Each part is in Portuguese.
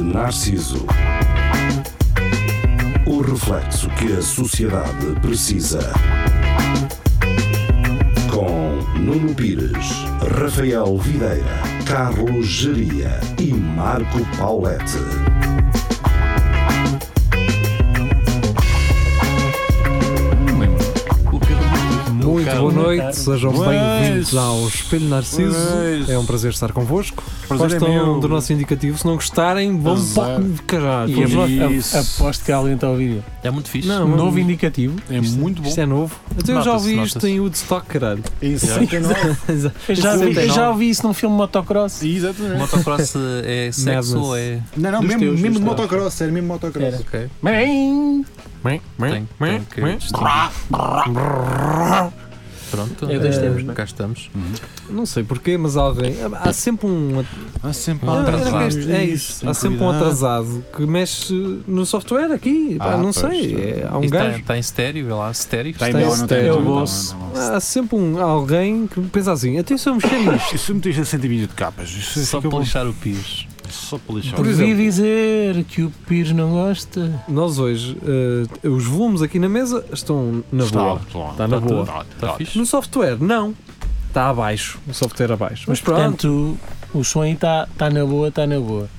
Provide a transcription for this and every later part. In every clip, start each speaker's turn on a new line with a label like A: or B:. A: Narciso. O reflexo que a sociedade precisa. Com Nuno Pires, Rafael Videira, Carlos Geria e Marco Paulette.
B: Muito
C: Carro
B: boa
C: no
B: noite,
C: carro.
B: sejam
D: Pois.
B: bem-vindos ao Espelho Narciso.
D: Pois.
B: É um prazer estar convosco.
D: Prazer é
B: Gostam
D: meu.
B: do nosso indicativo? Se não gostarem, vão
D: Azar.
B: para o caralho.
C: E
B: Pois lá-
C: a- a-
D: Isso.
C: aposto que alguém está a ouvir. ele.
E: É muito fixe.
B: Não,
C: Um
B: não,
C: novo indicativo.
D: É muito bom.
B: Isto é novo. Até eu já
E: Nota-se,
B: ouvi isto
E: nota-se.
B: em Woodstock, caralho.
D: Isso.
C: Eu já,
B: Esse
C: vi, eu
E: tem.
C: já ouvi isso num filme motocross.
D: Exatamente.
E: Motocross eh, é sexo
B: Madness.
E: ou é.
F: Não, não,
C: Dos
F: mesmo,
C: teus,
F: mesmo
C: dos
F: de
C: teus.
F: motocross, era mesmo motocross.
C: Era.
E: Ok.
C: Bem,
E: Tem, tem que distinguir. Pronto,
C: É dois
E: eh,
C: tempos, não é?
E: cá estamos.
B: Não sei porquê, mas alguém. Há sempre um.
D: Há sempre
E: Ah,
B: Não, era
E: atrasado.
B: que este- É isso.
D: Tem
B: Há sempre um
D: cuidado.
B: atrasado que mexe no software aqui. Pá,
D: Ah,
B: não
D: pois,
B: sei. é- há um
E: Está
B: gajo.
E: tá em estéreo, é lá, estéreo.
D: Tem,
B: Tem
D: Tá não,
B: esse
D: não tem.
C: teu
D: não, não,
C: bolso.
D: não, não.
B: Há sempre um, alguém que pensa assim: atenção, mexer nisto.
D: Isso me metiste a 120 de capas. Isso
E: Só
D: fica
E: para
D: bom.
E: lixar o piso.
D: Só para lixar.
B: Por
C: ouvi
B: exemplo.
C: dizer que o Pires não gosta.
B: Nós hoje, eh, os volumes aqui na mesa estão na boa.
D: Está
B: na boa.
E: Está Tá fixe?
B: No software, não. Está abaixo. O software abaixo.
C: Mas portanto, o som aí está tá na boa, está na boa.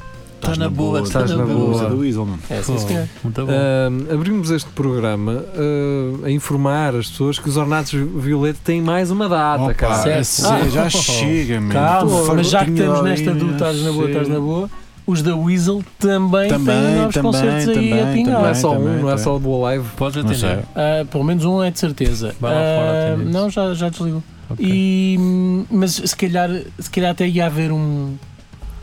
E: Está Tá na boa, está
B: estás
E: na
B: na boa.
E: boa.
D: do Weasel, não.
C: É, sim,
E: Pô,
C: senhor.
D: tá
E: Muito bom.
B: Ahm, abrimos este programa ah, a informar as pessoas que os ornatos violeta têm mais uma data,
D: Opa,
B: cara.
C: certo.
D: é sério, já
C: Ah.
D: chega, mano.
C: Calma, mas já que estamos nesta do
D: dúvida,
C: estás na boa, estás na boa, os da Weasel também, têm
D: Também,
C: novos
D: também,
C: concertos aí a
D: também,
C: pingar.
B: Não é
D: também,
B: só um, não é
D: também.
B: só o Boa Live.
E: Podes né?
D: Não sei.
E: atender.
C: Ah, pelo menos um é de certeza.
E: Vai lá fora,
C: Ah,
E: atende.
C: não, já, já desligo.
E: Ok.
C: E, hum, mas se calhar, se calhar até ia haver um,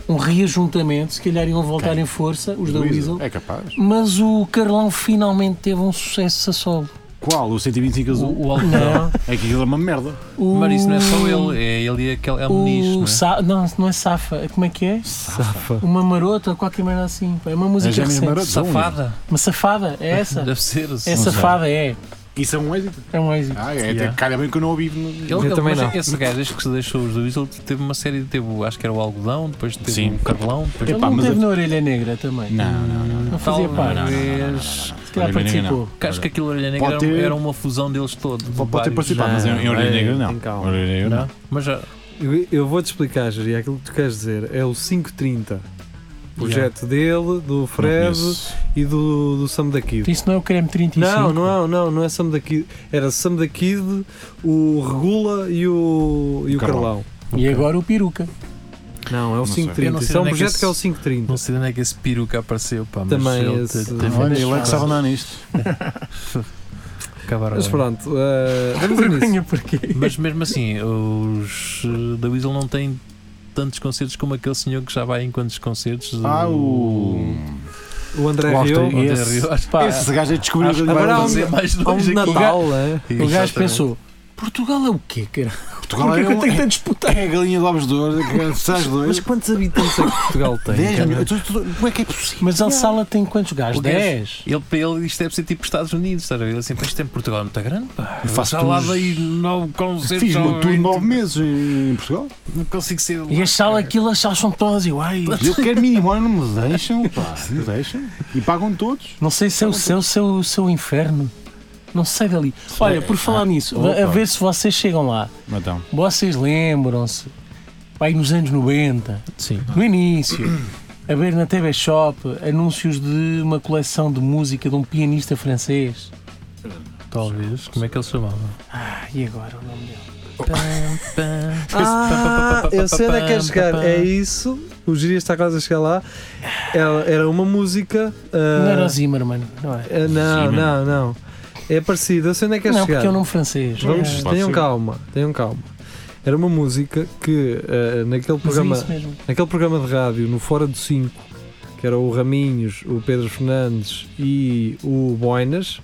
C: um reajuntamento, se calhar iam voltar
D: Quem?
C: em força, os da
D: Do
C: Weasel.
D: É capaz.
C: Mas o Carlão finalmente teve um sucesso a solo.
D: Qual? O 125 azul?
E: O, o algodão.
C: Não,
D: É que aquilo é uma merda.
C: o,
E: Mas isso não é só ele, é ele e aquele. É o Muniz, não
C: O,
E: é?
C: Uh, sa- não, não é Safa. Como é que é?
B: Safa.
C: Uma marota, qualquer merda assim. pá, É uma música
D: Mas é mesmo
C: recente.
D: marota?
E: Safada.
C: Uma safada, é essa?
E: Deve ser. assim.
C: é
E: não sei.
C: safada, é.
D: Isso é um êxito.
C: É um êxito.
D: Ah, é.
E: Yeah.
D: Até calha bem que eu não ouvi.
E: Ele,
B: Eu
E: ele-
B: também
E: mas
B: não.
E: Esse gajo, desde que se deixou os do Weasel, teve uma série. de- Teve, o- acho que era o algodão, depois teve
D: Sim.
E: o carlão, depois
C: Ele
D: Epá,
C: não
D: mas
C: teve
D: eu-
C: na orelha negra também.
D: Não, não, não.
C: Não fazia
E: talvez.
C: parte. Se calhar
D: Orelha Negra,
C: participou.
E: Porque Acho que aquilo Orelha Negra
D: Pode
E: era- um,
D: ter-
E: era uma fusão deles todos. de
D: Pode ter
E: vários.
D: participado, mas em em Orelha
B: Não,
D: Negra
B: tem
D: não.
B: calma.
D: Orelha Negra não.
E: Não? Mas já.
B: Eu, eu vou-te explicar, Jiri, aquilo que tu queres dizer. É o 530. Projeto dele, do Fred
D: conheço.
B: e do, do Sam da Kid.
C: Isso não é o creme 35.
B: Não, não, é- não, não é Sam da Kid. Era Sam da Kid, o Regula e o, e o
D: Carlão.
B: Carlão.
C: E agora o peruca.
B: Não, é o
D: sei.
B: 530.
E: Eu não sei
B: Isso é um
E: onde é que
B: projeto
E: esse-
B: que é o 530.
E: Não sei de onde é que esse peruca apareceu, pá. Mas
B: Também
E: ele te-
B: esse-
E: teve
D: Olha,
E: umas
D: ele é que
E: fases.
D: sabe andar nisto.
E: Acabaram
B: Mas
E: bem.
B: pronto, eh, vamos a nisso.
C: Vergonha porquê?
E: Mas mesmo assim, os eh, da Weasel não têm tantos concertos como aquele senhor que já vai em quantos concertos? eh,
D: Ah, o.
B: O André
D: Lá
B: Rio.
D: tem-
E: Ontem
C: Esse,
E: Rio, acho-
C: pá,
D: Esse gajo é descobriu
E: acho que
B: agora
E: vai
B: há um-
E: fazer mais
B: Há
E: dois
B: um
E: aqui.
B: Natal, é?
C: o gajo
E: Exatamente.
C: pensou: Portugal é o quê, cara?
D: Portugal
C: Porquê
D: é,
C: que eu
D: um,
C: tenho
D: é,
C: que disputar?
D: a galinha de ovos de ouro, que sais
B: Mas
D: dois.
B: quantos habitantes é que Portugal tem?
D: 10
B: cara?
D: milhões. Tu- tu- Como é que é possível?
C: Mas a sala tem quantos gajos?
E: O gajo-
C: 10.
E: Ele, para ele, isto deve ser tipo Estados Unidos, estás a ver? Ele assim, "Pá, isto é Portugal é muito grande, pá.
D: Eu faço
E: já lá
D: todos-
E: daí nove concertos.
D: Fiz
E: ou
D: meu turno
E: vinte,
D: 9 meses em Portugal.
E: Não consigo ser.
C: E
E: lá,
C: a sala,
E: cara."
C: aquilo, as salas são todas iguais.
D: Eu quero mínimo, não me deixam, pá. Não me deixam. E pagam todos.
C: Não sei se é o seu, seu, seu inferno. Não sei dali. Olha, por falar nisso,
D: opa.
C: a ver se vocês chegam lá.
D: Então,
C: Vocês lembram-se, vai nos anos 90,
E: Sim.
C: no início, a ver na TV Shop anúncios de uma coleção de música de um pianista francês.
E: Talvez. Como é que ele se chamava?
C: Ah, e agora o nome dele?
B: Ah, eu sei onde é que quer chegar. É isso. O Giri está quase a chegar lá. Ela- Era uma música. ah,
C: Não era assim. o Zimmerman, não é?
B: ah, não, não, não. É parecido. Eu sei onde é que quer
C: não,
B: chegar.
C: porque é um nome francês.
B: Vamos,
C: É,
D: Pode
B: tenham
D: ser.
B: calma, tenham calma. Era uma música que ah, naquele
C: mas é
B: programa,
C: isso mesmo.
B: naquele programa de rádio, no Fora do 5, que era o Raminhos, o Pedro Fernandes e o Boinas,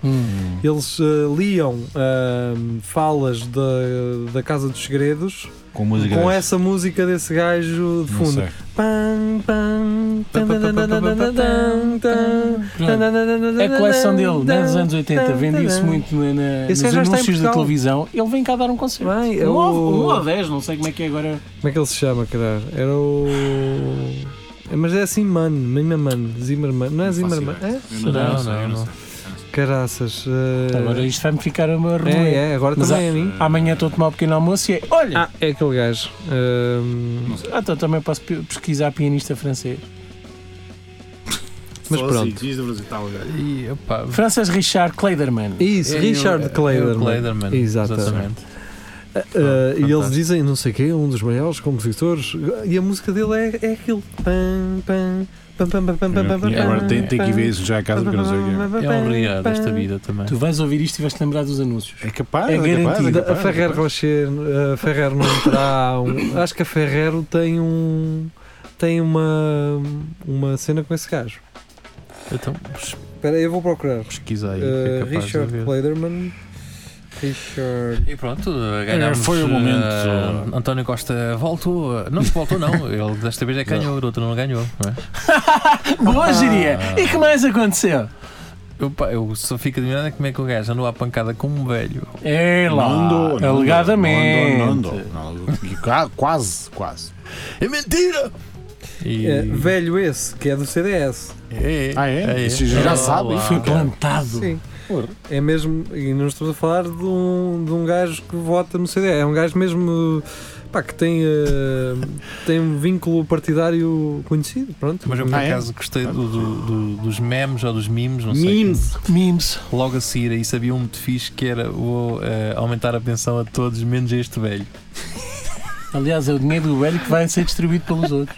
B: Eles eh, liam ahm, falas da, da Casa dos Segredos
D: com música.
B: com essa música desse gajo de fundo. Pam, pam, tan, tan, tan, tan, tan, tan, tan, tan,
C: Pronto.
B: tan, tan, tan,
C: É A coleção dele,
B: tan,
C: nos anos 80,
B: tan,
C: vendia-se
B: tan.
C: muito na, na,
B: Esse
C: nos
B: gajo está em
C: anúncios da
B: Portugal.
C: televisão. Ele vem cá dar um concerto.
B: Bem, é
C: um
B: o-
C: ou 10, não sei como é que é agora.
B: Como é que ele se chama, caralho? Era o. Mas é assim, mano, mesmo mano, Zimmerman. Não é Zimmerman? É?
E: Não,
C: Não,
E: não,
F: sei,
E: não.
F: eu sei.
B: Caraças. eh,
C: Agora isto vai-me ficar a me
B: é,
C: remoer.
B: é, agora
C: Mas
B: também é a mim.
C: Amanhã estou a tomar um pequeno almoço e é. Olha!
B: Ah, é aquele gajo. Ehm,
F: Não sei.
C: Ah, então também posso pe- pesquisar pianista francês.
B: mas
F: Só
B: pronto.
F: assim, diz do Brasil, tá, olha.
E: E, opá,
C: Francis Richard Kleiderman.
B: Isso,
E: é
B: Richard
E: o- é o
B: Kleiderman.
E: Kleiderman,
B: Exatamente.
E: Exatamente.
B: Ah, ah, e eles
E: fantástico.
B: dizem, não sei quê, um dos maiores compositores. E a música dele é, é aquilo. Pam, pam, pam, pam, pam, pam, pam, pam,
E: É.
D: Agora tem, tem que ir ver
B: pam,
D: isso já a casa porque eu não sei o
E: É um rear desta vida também.
C: Tu vais ouvir isto e vais-te lembrar dos anúncios.
D: que é. É
E: Ah,
D: capaz,
C: É
D: é, capaz. É
C: garantido.
B: A
D: capaz,
B: Ferrer Rocher, a Ferrer não terá. um- acho que a Ferrero tem um. tem uma. uma cena com esse gajo.
E: Então, pes-
B: Espera aí, eu vou procurar.
E: pesquisa aí. que é
B: Uh,
E: capaz de
B: Richard
E: haver.
B: Kleiderman. Richard.
E: E pronto, ganhámos.
D: foi o momento.
E: eh, António Costa voltou. eh, Não voltou, não. Ele desta vez é que ganhou, o outro não ganhou. Não é?
C: Boa, Jiria! E que mais aconteceu?
E: eu, pá, eu só fico admirado é como é que o gajo andou à pancada com um velho.
C: É lá,
D: Não andou, não
C: alegadamente.
D: andou, Não andou, não andou. E ca- Quase, quase.
E: É mentira! E,
B: É, velho esse, que é do CDS.
E: É,
D: Ah, é? Isso já
E: Olá,
D: sabe,
E: olá.
C: Foi
E: Ah,
C: plantado.
B: Sim. É mesmo, e não estamos a falar de um, de um gajo que vota no CDS, é um gajo mesmo pá, que tem, eh, tem um vínculo partidário conhecido, pronto.
E: Mas um eu por
D: Ah, é?
E: acaso gostei do- do- do- dos memes ou dos memes, não sei.
D: Memes.
C: Memes.
E: Logo a seguir aí sabia um muito fixe que era vou eh, aumentar a pensão a todos, menos a este velho.
C: Aliás, é o dinheiro do velho que vai ser distribuído pelos outros.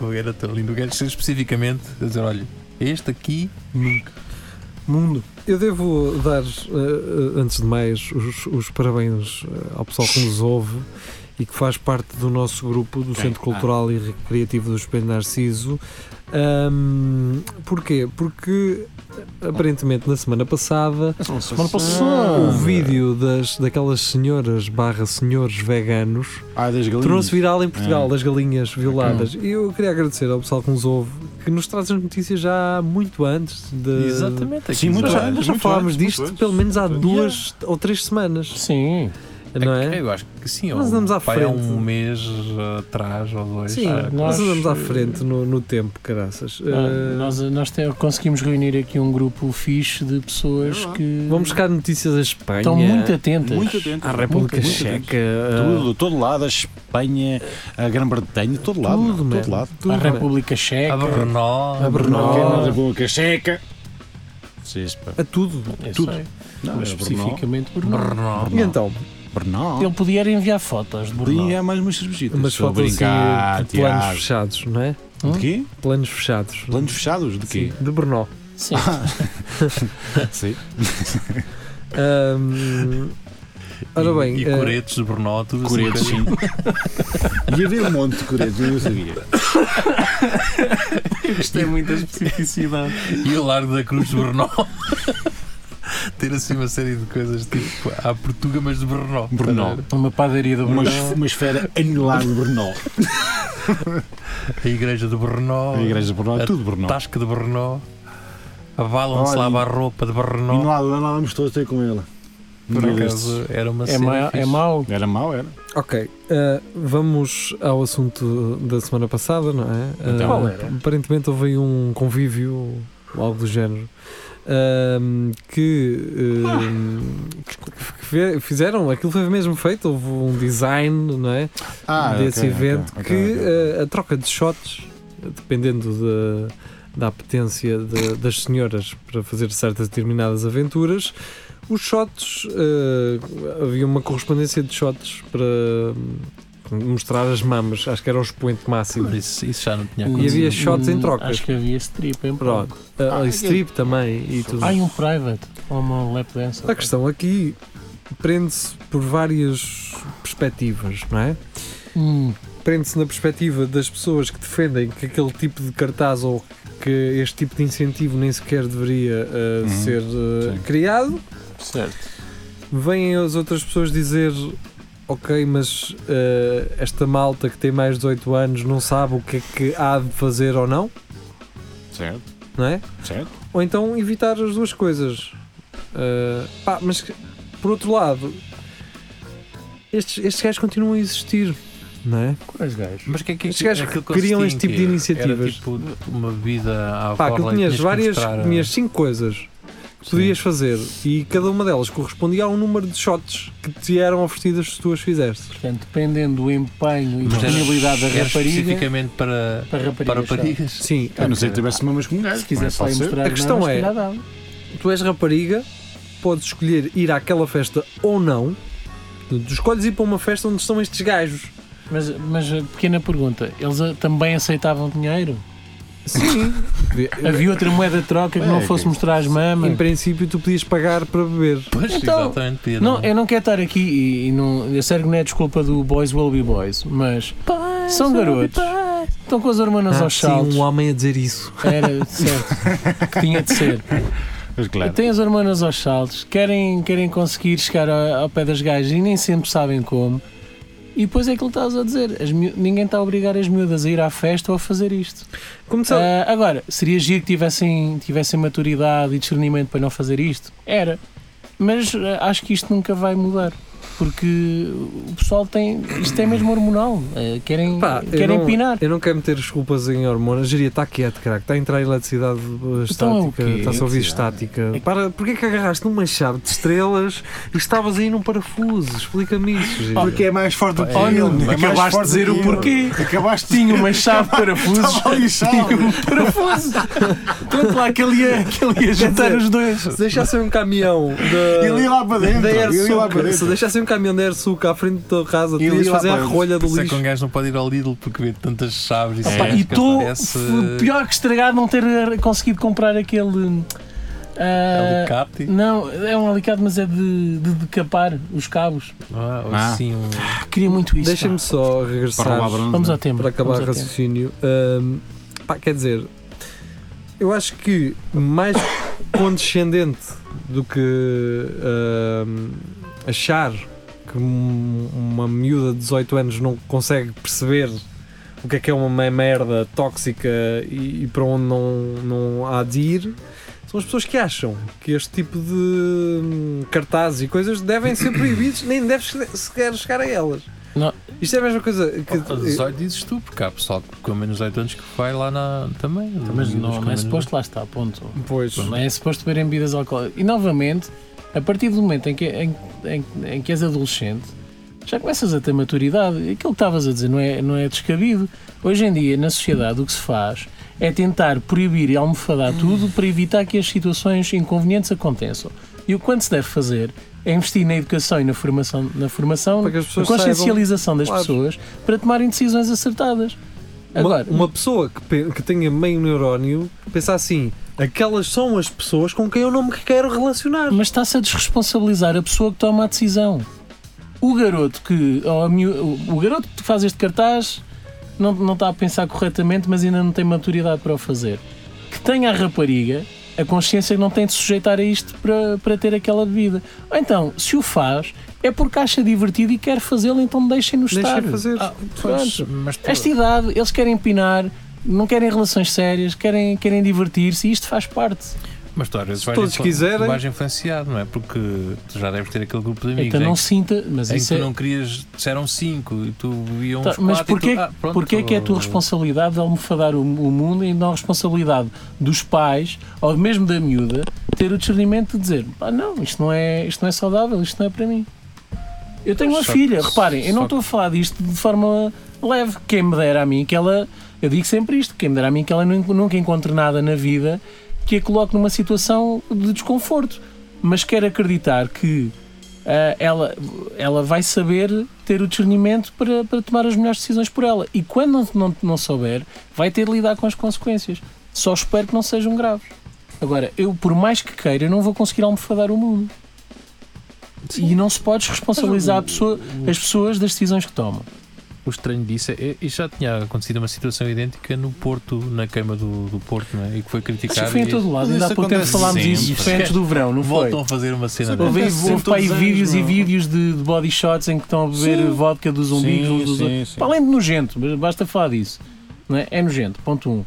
E: Pô, Era tão lindo. O gajo ser especificamente a dizer, olha, este aqui
C: Mundo.
B: Eu devo dar, eh, eh, antes de mais, os, os parabéns eh, ao pessoal que nos ouve e que faz parte do nosso grupo do
D: Quem?
B: Centro Cultural e Recreativo do Espelho Narciso. Ahm, porquê? Porque eh, aparentemente na semana passada
D: Semana
B: o
D: passada.
B: vídeo das, daquelas senhoras barra senhores veganos
D: Ah, das galinhas.
B: tornou-se viral em Portugal,
D: Ah.
B: das galinhas violadas. E eu queria agradecer ao pessoal que nos ouve, que nos traz as notícias já muito antes de.
E: Exatamente.
D: Sim,
E: aqui
D: muito
B: Nós
E: está.
B: já, nós já
D: muito
B: falámos
D: antes, muito
B: disto
D: antes.
B: pelo menos há
D: Muito
B: duas ou três semanas,
C: Sim.
B: não é?
E: Eu acho que sim.
B: Nós
E: ou-
B: andamos à
E: pá, há
B: frente.
E: um mês atrás ou dois.
B: Sim,
E: ah,
B: nós
C: nós-
B: andamos à frente no, no tempo, caraças.
C: Ah,
B: Eh,
C: nós nós te- conseguimos reunir aqui um grupo fixe de pessoas que
B: Vamos buscar notícias da Espanha.
C: estão muito atentas.
D: Muito atento.
B: à República
D: Muito atento.
B: Checa.
D: Tudo, todo lado, a Espanha, a Grã-Bretanha, todo lado.
B: eh, Tudo,
D: mano,
B: mano.
D: todo lado.
B: tudo,
C: a
B: mano.
C: República
E: A
C: Checa.
E: Brno.
B: A Brno.
D: Quem não é da República Checa. Vocês, pá.
B: A tudo.
C: Eu
D: tudo.
C: sei,
D: Não,
C: mas
D: é
C: especificamente por
E: Brno.
B: E então,
D: Brno.
C: Ele podia era enviar fotos de
D: E
C: Brno.
D: há um mais umas cervejitas.
B: umas
D: Estou a
B: fotos assim,
D: é brincar,
B: de planos
D: Tiago.
B: fechados, não é?
D: De quê?
B: Planos fechados.
D: Planos fechados? De quê?
B: Sim, de Brno.
C: Sim.
D: Sim.
B: Ahm, ora bem,
E: E,
B: eh,
E: e coretos de Brno, tudo assim,
D: Coreto,
E: coisa-
D: sim. E havia um monte de coreto, eu não sabia.
C: Isto é muita especificidade.
E: E o Largo da Cruz de Brno. Ter assim uma série de coisas tipo à Portuga, mas de Brno.
D: Brno.
C: Uma padaria do
D: Uma,
C: Brno.
D: uma esfera anular de Brno.
E: A igreja de Brno.
D: A igreja de Brno,
E: A
D: é tudo Brno.
E: Tasca de Brno. Avalam-se
D: Olha,
E: lava a roupa de
D: E não
E: Brno.
D: há lá andávamos todos ter com ela.
E: Por
D: Num dia
E: acaso era uma
C: É,
E: cena.
C: ma é
E: fixe.
C: mau.
D: destes. Era mau, era.
B: ok. eh, vamos ao assunto da semana passada, não é?
D: Então.
B: Eh,
D: Qual
C: era?
B: Aparentemente houve aí um convívio, algo do género, ahm, que, ehm, que fe- fizeram, aquilo foi mesmo feito, houve um design, não é?
D: Ah,
B: desse
D: ok,
B: evento
D: ok, ok,
B: que
D: ok.
B: eh, a troca de shots, dependendo de- da apetência de- das senhoras para fazer certas determinadas aventuras, os shots eh, havia uma correspondência de shots para hum, mostrar as mamas, acho que era o expoente máximo.
E: Mas Isso, isso já não tinha
B: E
E: acontecido.
B: havia shots em trocas.
C: Hum, Acho que havia strip em
B: Pronto.
C: palco.
B: Ah,
D: Ah,
B: e strip também e tudo.
C: Ah, e um private. Ou uma lap dance.
B: A questão aqui prende-se por várias perspectivas, não é?
C: Hum,
B: prende-se na perspectiva das pessoas que defendem que aquele tipo de cartaz ou que este tipo de incentivo nem sequer deveria uh,
D: Uhum,
B: ser uh,
D: sim.
B: criado.
C: certo.
B: Vêm as outras pessoas dizer: Ok, mas uh, esta malta que tem mais de 18 anos não sabe o que é que há de fazer ou não,
D: Certo,
B: não é?
D: certo.
B: Ou então evitar as duas coisas. Uh, pá, mas que- por outro lado, estes, estes gajos continuam a existir. não é?
C: Quais gajos?
E: Mas o que é que
B: Estes gajos
E: aquilo
B: criam
E: consistia
B: este tipo
E: em
B: de
E: quê? Era
B: iniciativas.
E: tipo uma vida à
B: Pá, aquilo
E: borla e
B: tinhas eh, várias,
E: mostrar a-
B: tinhas cinco coisas que
E: Sim.
B: podias fazer e cada uma delas correspondia a um número de shots que te eram oferecidas se tu as fizeste.
C: Portanto, dependendo do empenho e
E: Mas era-
C: disponibilidade da
B: é
E: era
C: rapariga,
E: Especificamente para,
C: para raparigas.
E: para
C: sabe?
E: raparigas.
B: Sim,
D: A não ser que tivesse mamas com um gajo.
C: Se quisesse lá
D: pode
C: ir
D: ser.
C: mostrar
B: A questão
C: mamas,
B: é-
C: se calhar dava.
B: tu és rapariga, podes escolher ir àquela festa ou não. Tu escolhes ir para uma festa onde estão estes gajos.
C: Mas, mas a pequena pergunta, eles ah, também aceitavam dinheiro?
B: Sim.
C: Havia outra moeda de troca que
D: É,
C: não
D: que-
C: fosse mostrar as mamas?
B: É- em princípio, tu podias pagar para beber.
E: Pois,
C: Então,
E: exatamente, podia
C: Não,
E: dar- um
C: eu não quero estar aqui e, e não. Eu sério que não é desculpa do Boys Will Be Boys, mas são garotos. Estão com as hormonas
B: Ah,
C: aos
B: sim,
C: saltos.
B: um homem a dizer isso.
C: Era certo. que tinha de ser.
D: Mas claro.
C: Têm as hormonas aos saltos, querem, querem conseguir chegar a- ao pé das gajas e nem sempre sabem como. E depois é aquilo que estás a dizer. as miú- ninguém está a obrigar as miúdas a ir à festa ou a fazer isto.
B: Começou.
C: Ah, agora, seria giro que tivessem, tivessem maturidade e discernimento para não fazer isto? Era. Mas ah, acho que isto nunca vai mudar. Porque o pessoal tem. Isto é mesmo hormonal. Ah, querem
B: Pá, eu
C: querem
B: não-
C: pinar.
B: Eu não quero meter desculpas em hormonas. Geria, está quieto, craque. Está a entrar eletricidade
D: Então,
B: uh, estática.
C: quê?
B: Está-se a ouvir
D: É
B: estática. Para, porquê que agarraste numa chave de estrelas e estavas aí num parafuso? Explica-me isso, Geria.
D: Porque é mais forte do que
C: Olha,
D: ele. é mais
C: acabaste de
D: forte
C: dizer
D: do
C: o
D: que eu.
C: porquê.
D: Acabaste de
C: Tinha uma chave para
D: é.
C: parafusos.
D: Estava lixado.
C: Tinha um parafuso. Tanto lá que ele ia, que ele ia juntar
B: dizer,
C: os dois.
B: Se deixassem um caminhão da.
D: Ele ia lá para dentro.
B: da Air
D: Ele ia lá para
B: Suca, se
D: dentro.
B: deixassem um caminhão da Airsuca à frente da tua casa, tu
D: Ele
B: ias
D: ia lá
B: fazer a
D: para dentro.
B: rolha
E: Por
B: do
E: isso é que
B: lixo.
E: um gajo não pode ir ao Lidl porque vê tantas chaves e
C: Opa,
E: cenas
C: e
E: que
C: estou
E: aparece, eh,
C: f- pior que estragado não ter conseguido comprar aquele. ah,
E: Alicate.
C: não, é um alicate, mas é de, de decapar os cabos.
E: Ah, ou
D: Ah.
E: assim, um-
C: Ah, Queria muito isso.
B: Deixa-me
C: pá.
B: só regressar
C: Vamos ao tema.
B: para acabar o
C: vamos ao tema.
B: raciocínio. Ahm, pá, quer dizer, eu acho que mais condescendente do que ahm, achar que um- uma miúda de 18 anos não consegue perceber o que é que é uma merda tóxica e, e para onde não, não há de ir. São as pessoas que acham que este tipo de hum, cartazes e coisas devem ser proibidos, nem deves sequer chegar a elas.
C: Não.
B: Isto é a mesma coisa que.
E: Ah, 18 dizes tu, porque há pessoal com menos de 8 anos que vai lá na, também.
C: Mas
E: Miúdos com
C: não, não é
E: menos de-
C: suposto lá está, ponto.
B: Pois.
C: Não é suposto beberem bebidas alcoólicas. E novamente, a partir do momento em que, em, em- em que és adolescente, já começas a ter maturidade. Aquilo que estavas a dizer não é, não é descabido. Hoje em dia, na sociedade, o que se faz é tentar proibir e almofadar tudo para evitar que as situações inconvenientes aconteçam. E o quanto se deve fazer é investir na educação e na formação, na formação
B: Para que as
C: na
B: pessoas
C: consciencialização das
B: claro.
C: pessoas para tomarem decisões acertadas.
B: Uma,
C: Agora,
B: uma pessoa que, pe- que tenha meio neurónio pensa assim: aquelas são as pessoas com quem eu não me quero relacionar.
C: Mas está-se a desresponsabilizar a pessoa que toma a decisão. O garoto que. ou a miú- o- o garoto que faz este cartaz não, não está a pensar corretamente, mas ainda não tem maturidade para o fazer. Que tenha a rapariga a consciência que não tem de se sujeitar a isto para, para ter aquela bebida. Ou então, se o faz, é porque acha divertido e quer fazê-lo, então deixem-no estar.
B: Deixa fazer.
E: Ah, pois,
C: Pronto. É assim.
E: mas tu-
C: Esta idade, eles querem pinar, não querem relações sérias, querem, querem divertir-se e isto faz parte.
E: Mas tu às vezes vais,
B: todos
E: influ-
B: quiserem.
E: vais influenciado, não é? Porque tu já deves ter aquele grupo de amigos
C: Então
E: em
C: não
E: que-
C: sinta, mas
E: em que
C: isso
E: tu
C: é.
E: não querias, disseram 5 e tu bebiam
C: Tá,
E: uns
C: mas
E: quatro um e
C: porquê-
E: tu, ah, pronto,
C: Porquê é que é a tua responsabilidade de almofadar o, o mundo e não a responsabilidade dos pais ou mesmo da miúda ter o discernimento de dizer "Pá, não, isto não, é, isto não é saudável, isto não é para mim. Eu tenho uma
E: Só que-
C: filha, reparem, eu não
E: só
C: estou a falar disto de forma leve. Quem me dera a mim que ela, eu digo sempre isto, quem me dera a mim que ela nun- nunca encontre nada na vida que a coloque numa situação de desconforto. Mas quero acreditar que ah, ela, ela vai saber ter o discernimento para, para tomar as melhores decisões por ela. E quando não, não, não souber, vai ter de lidar com as consequências. Só espero que não sejam graves. Agora, eu, por mais que queira, eu não vou conseguir almofadar o mundo. E não se pode responsabilizar a pessoa- as pessoas das decisões que tomam.
E: O estranho disso é, é- isto já tinha acontecido uma situação idêntica no Porto, na queima do, do Porto, não é? E que foi
C: Isso
E: criticado.
C: foi em
E: e
C: todo lado.
D: Mas
C: Ainda há
D: isso
C: pouco tempo
D: acontece
C: falámos isso.
D: sempre.
C: Foi antes do verão, não foi?
E: Voltam a fazer uma cena
D: Isso
E: dessa.
C: Houve,
D: acontece
C: houve
D: sempre
C: pá, aí
D: todos os anos,
C: vídeos e
D: meu.
C: vídeos de, de body shots em que estão a beber
D: Sim.
C: vodka dos umbigos uns dos outros. Para além de nojento, mas basta falar disso. não é? É nojento, ponto um.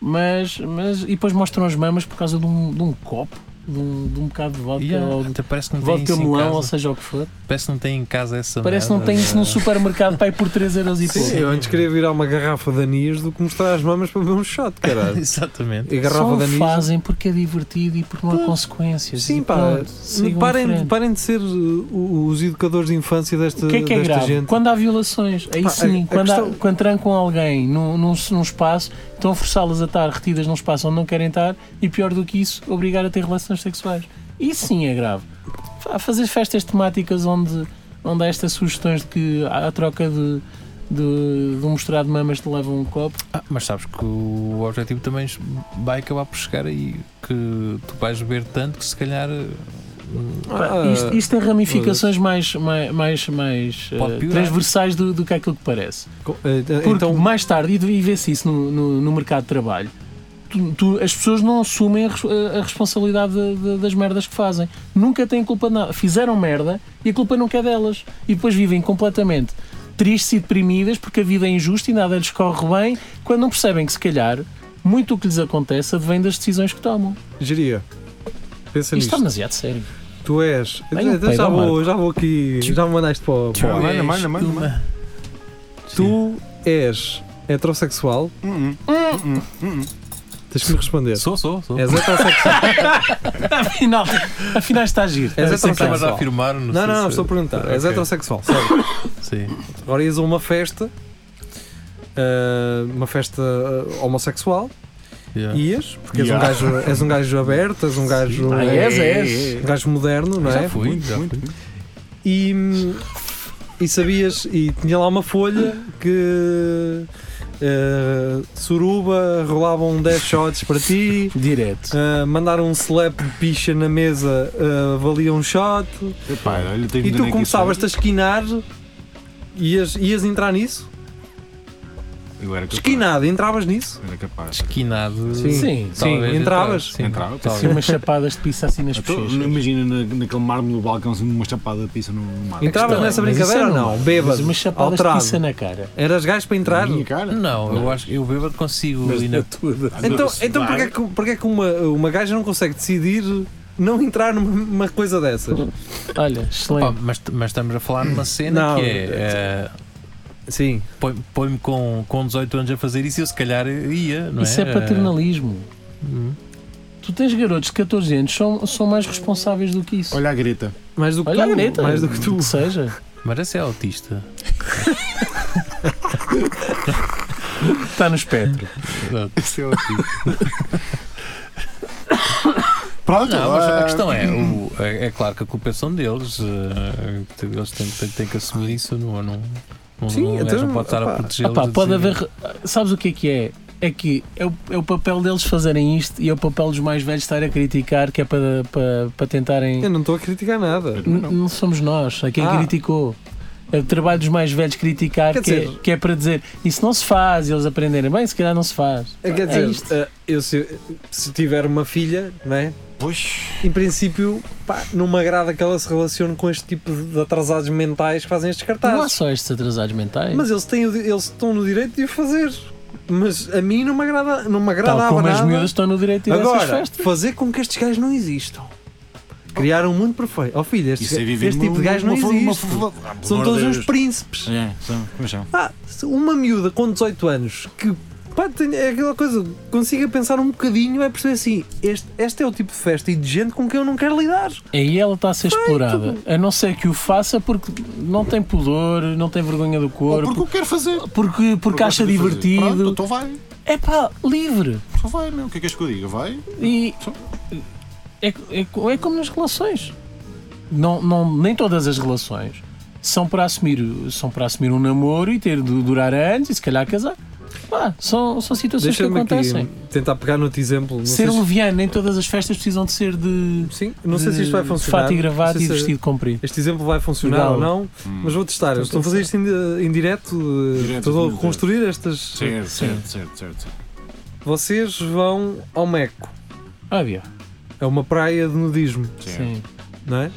C: Mas, mas, e depois mostram as mamas por causa de um, de um copo. de um, de um bocado de vodka
E: Yeah,
C: ou de
E: até parece que não tem
C: vodka
E: isso em
C: melão, ou
E: casa. é
C: seja o que for.
E: Parece que não tem em casa essa
C: Parece que não
E: merda, né?
C: tem isso
E: já.
C: no supermercado para ir por 3 euros e
B: Sim,
C: pouco.
B: eu antes queria virar uma garrafa de anis do que mostrar as mamas para beber um shot, caralho.
E: Exatamente.
B: E a garrafa
C: Só
B: de anis.
C: fazem porque é divertido e porque não há
B: Pois.
C: consequências.
B: Sim,
C: E
B: pá.
C: pronto, sigam em
B: Parem,
C: frente.
B: parem de ser uh, o- os educadores de infância desta,
C: O que é que é
B: desta
C: grave?
B: gente.
C: Quando há violações, aí
B: Pá, a-
C: sim,
B: a
C: quando,
B: questão-
C: há, quando trancam alguém num, num, num espaço, estão a forçá-las a estar retidas num espaço onde não querem estar e, pior do que isso, obrigar a ter relações sexuais. Isso sim é grave. Fa- Fazer festas temáticas onde, onde há estas sugestões de que há a troca de, de, de um mostrado de mamas te leva um copo.
E: Ah, mas sabes que o objetivo também vai acabar por chegar aí. Que tu vais beber tanto que se calhar hum,
C: Pá,
B: Ah,
C: isto, isto tem ramificações mais, mais, mais, mais,
E: Pode
C: eh,
E: piorar.
C: transversais do, do que aquilo que parece.
B: co- eh, eh,
C: Porque
B: então,
C: mais tarde, e de- e vê-se isso no, no, no mercado de trabalho, tu- tu- as pessoas não assumem a, res- a- a responsabilidade de- de- das merdas que fazem. Nunca têm culpa de nada. Fizeram merda e a culpa nunca é delas. E depois vivem completamente tristes e deprimidas porque a vida é injusta e nada lhes corre bem, quando não percebem que, se calhar, muito do que lhes acontece advém das decisões que tomam.
B: geria. Pensa
C: Isto está
B: nisto.
C: demasiado sério.
B: Tu és.
C: Ai, um
B: Eh,
C: peido
B: já,
C: ao
B: vou, já vou aqui. Já me mandaste para o. para o-
D: Tchau. manda,
E: és
D: manda, manda,
E: uma-
B: Tu és heterossexual.
D: Hum, hum, hum, hum, hum.
B: Tens que me responder.
E: Sou, sou, sou.
B: És heterossexual.
C: Afinal, afinal está a giro.
B: És
E: Sim, estavas a
B: heterossexual.
E: afirmar. é assim. Não,
B: Não,
E: sei
B: não, não,
E: se-
B: estou a perguntar. És
E: Ok.
B: heterossexual, sabe?
E: Sim.
B: Agora ias a uma festa, ah, uma festa ah, homossexual,
E: Ah. yeah.
B: ias, porque és,
D: Yeah.
B: um gajo, és um gajo aberto, és um gajo,
C: Ah, és, és.
B: um gajo moderno, não
E: é. Já
B: é?
E: fui,
D: Muito,
E: já
D: muito, muito.
B: E, hum, e sabias, e tinha lá uma folha que ah, suruba, rolavam 10 shots para ti.
C: Direto.
B: ah, mandaram um slap de picha na mesa, ah, valia um shot.
D: Epá, olha, tenho
B: E
D: de
B: tu
D: aqui
E: é
B: começavas-te a esquinar, ias, ias entrar nisso?
D: só- Eu era capaz.
B: Esquinado, entravas nisso?
D: Era capaz.
E: Esquinado.
C: Sim.
B: Sim,
C: tá
E: Talvez
B: entravas.
E: entrava.
D: Entrava.
E: talvez.
C: Assim, umas chapadas de pizza assim nas
D: Então,
C: bochechas.
D: Imagina na- naquele mármore do balcão, assim, uma chapada de pizza no mar.
B: Entravas
E: Não,
B: nessa
C: mas
B: brincadeira
C: isso
B: ou
C: é
B: não?
C: normal. Mas
B: Bêbado,
C: umas chapadas de
B: alterado.
C: pizza na cara.
B: Eras gajo para entrar?
D: Minha cara?
E: Não, é eu acho que eu bêbado consigo.
D: Mas
E: e não-
B: Então,
D: Se
B: então
D: vai-
B: porquê é que, porquê é que uma, uma gaja não consegue decidir não entrar numa, numa coisa dessas?
C: Olha,
E: Pá,
C: excelente.
E: mas, mas estamos a falar numa cena
B: Não,
E: que é. eh,
B: Sim.
E: põe- Põe-me com, com 18 anos a fazer isso e eu se calhar
B: Oh,
E: ia, não
C: Isso é,
E: é
C: paternalismo.
E: Hum.
C: Tu tens garotos de 14 anos, são, são mais responsáveis do que isso.
D: Olha a greta.
B: Mais do que
C: Olha a
B: tu.
C: Greta,
B: Mais do que tu.
C: que seja.
E: Mas esse é autista.
C: Está no espectro.
D: Esse é o tipo. Pronto,
E: Não, mas a
D: ah,
E: questão é, o- é, é claro que a culpa é são deles, eh, que eles têm, têm- têm que assumir isso, não, não, não,
B: Sim,
E: não, um gajo
B: então,
E: não pode estar
B: opá,
E: a protegê-los.
C: Opá,
E: a
C: Ah,
B: assim.
C: pode
E: dizer-
C: haver. Sabes o que é que é? É que é o, é o papel deles fazerem isto e é o papel dos mais velhos estar a criticar, que é para, para, para tentarem.
B: Eu não estou a criticar nada.
C: N- Não. somos nós, é quem
B: Ah.
C: criticou. É o trabalho dos mais velhos criticar,
B: Quer
C: que, é,
B: dizer-
C: que é para dizer isso não se faz, e eles aprenderem bem, se calhar não se faz.
B: É, Quer
C: É
B: dizer,
C: isto.
B: eh, eu se, se tiver uma filha, não é?
D: Pois.
B: em princípio, pá, não me agrada que ela se relacione com este tipo de atrasados mentais que fazem estes
C: Não há
B: cartazes.
C: só estes atrasados mentais.
B: Tá. Mas eles, têm, o di- eles estão no direito de o fazer. Mas a mim não me agrada, não me
C: Tal
B: agradava
C: como as
B: nada.
C: miúdas estão no direito de ir a essas
B: Agora,
C: festas.
B: fazer com que estes gajos não existam. Criar um mundo perfeito. Oh filho, este,
D: Isso é viver
B: este tipo de gajo não existe. São todos uns príncipes.
D: É, são. Como são?
B: Ah, se uma miúda com 18 anos que pá, tem- é aquela coisa, consiga pensar um bocadinho, vai perceber assim: este, este é o tipo de festa e de gente com quem eu não quero lidar.
C: Aí ela está a ser explorada. A não ser que o faça porque não tem pudor, não tem vergonha do
D: Ou
C: corpo,
D: porque eu quero fazer.
C: porque, porque, acha
D: gosto de fazer. Pronto,
C: divertido.
D: então vai.
C: É pá, livre.
D: Então vai, meu. O que é que és que eu diga? Vai.
C: E é, é, é como nas relações. Não, não, nem todas as relações são para assumir, são para assumir um namoro e ter de durar anos e se calhar casar. Pá, são, são situações que
B: Deixa-me aqui
C: acontecem.
B: tentar pegar no teu exemplo. Não sei
C: Ser
B: se-
C: leviano, nem todas as festas precisam de ser de
B: Sim, não sei se isto vai
C: de
B: funcionar.
C: Fato e
B: não
C: gravata
B: sei
C: e
B: se é-
C: vestido comprido.
B: Este exemplo vai funcionar
C: Legal. Então
B: ou não,
D: Hum.
B: mas vou testar. Eu estou a fazer isto em, em direto, eh,
D: Direto,
B: estou a
D: direto.
B: reconstruir estas.
D: Certo, certo, certo, certo.
B: Vocês vão ao Meco,
C: Óbvio.
B: é uma praia de nudismo,
C: Ah, Sim.
B: não é?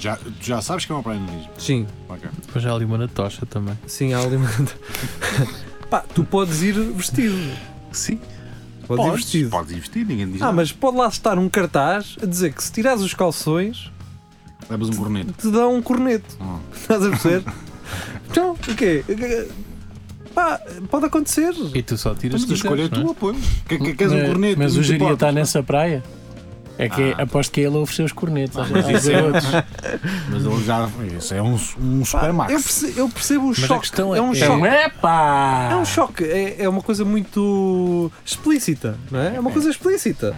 D: Já, tu já sabes que é uma praia nudismo.
B: Sim,
D: Ok.
E: Mas já ali uma na tocha também.
B: sim, há ali. Pá, tu podes ir vestido.
E: Sim.
B: Podes ir vestido.
D: Podes investir, ninguém diz
B: Ah,
D: nada.
B: mas pode lá estar um cartaz a dizer que se tirares os calções,
D: Levas um corneto.
B: te dá um corneto.
D: Hum.
B: Estás a perceber? então, o quê? Pá, pode acontecer.
E: E tu só tiras
D: Mas a
E: então se
D: escolha é
E: quiseres, não
D: tua, pô. Que-
B: é
D: que- Queres um
C: Mas-
D: corneto?
C: Mas
D: não
C: o
D: te
C: Jeria
D: importas.
C: está nessa praia. É que é- aposto que ele ofereceu os cornetos.
D: Ah,
C: aos-
D: Mas
C: aos
D: isso é
C: garotos.
D: Mas ele já. Isso é um, um
B: Pá,
D: super
B: eu,
D: max.
B: percebo, eu percebo o
E: a
B: choque.
E: questão é-
B: um
E: é-
C: É um
B: choque.
C: epá!
B: É um choque, é, é uma coisa muito explícita, não é? É uma coisa explícita.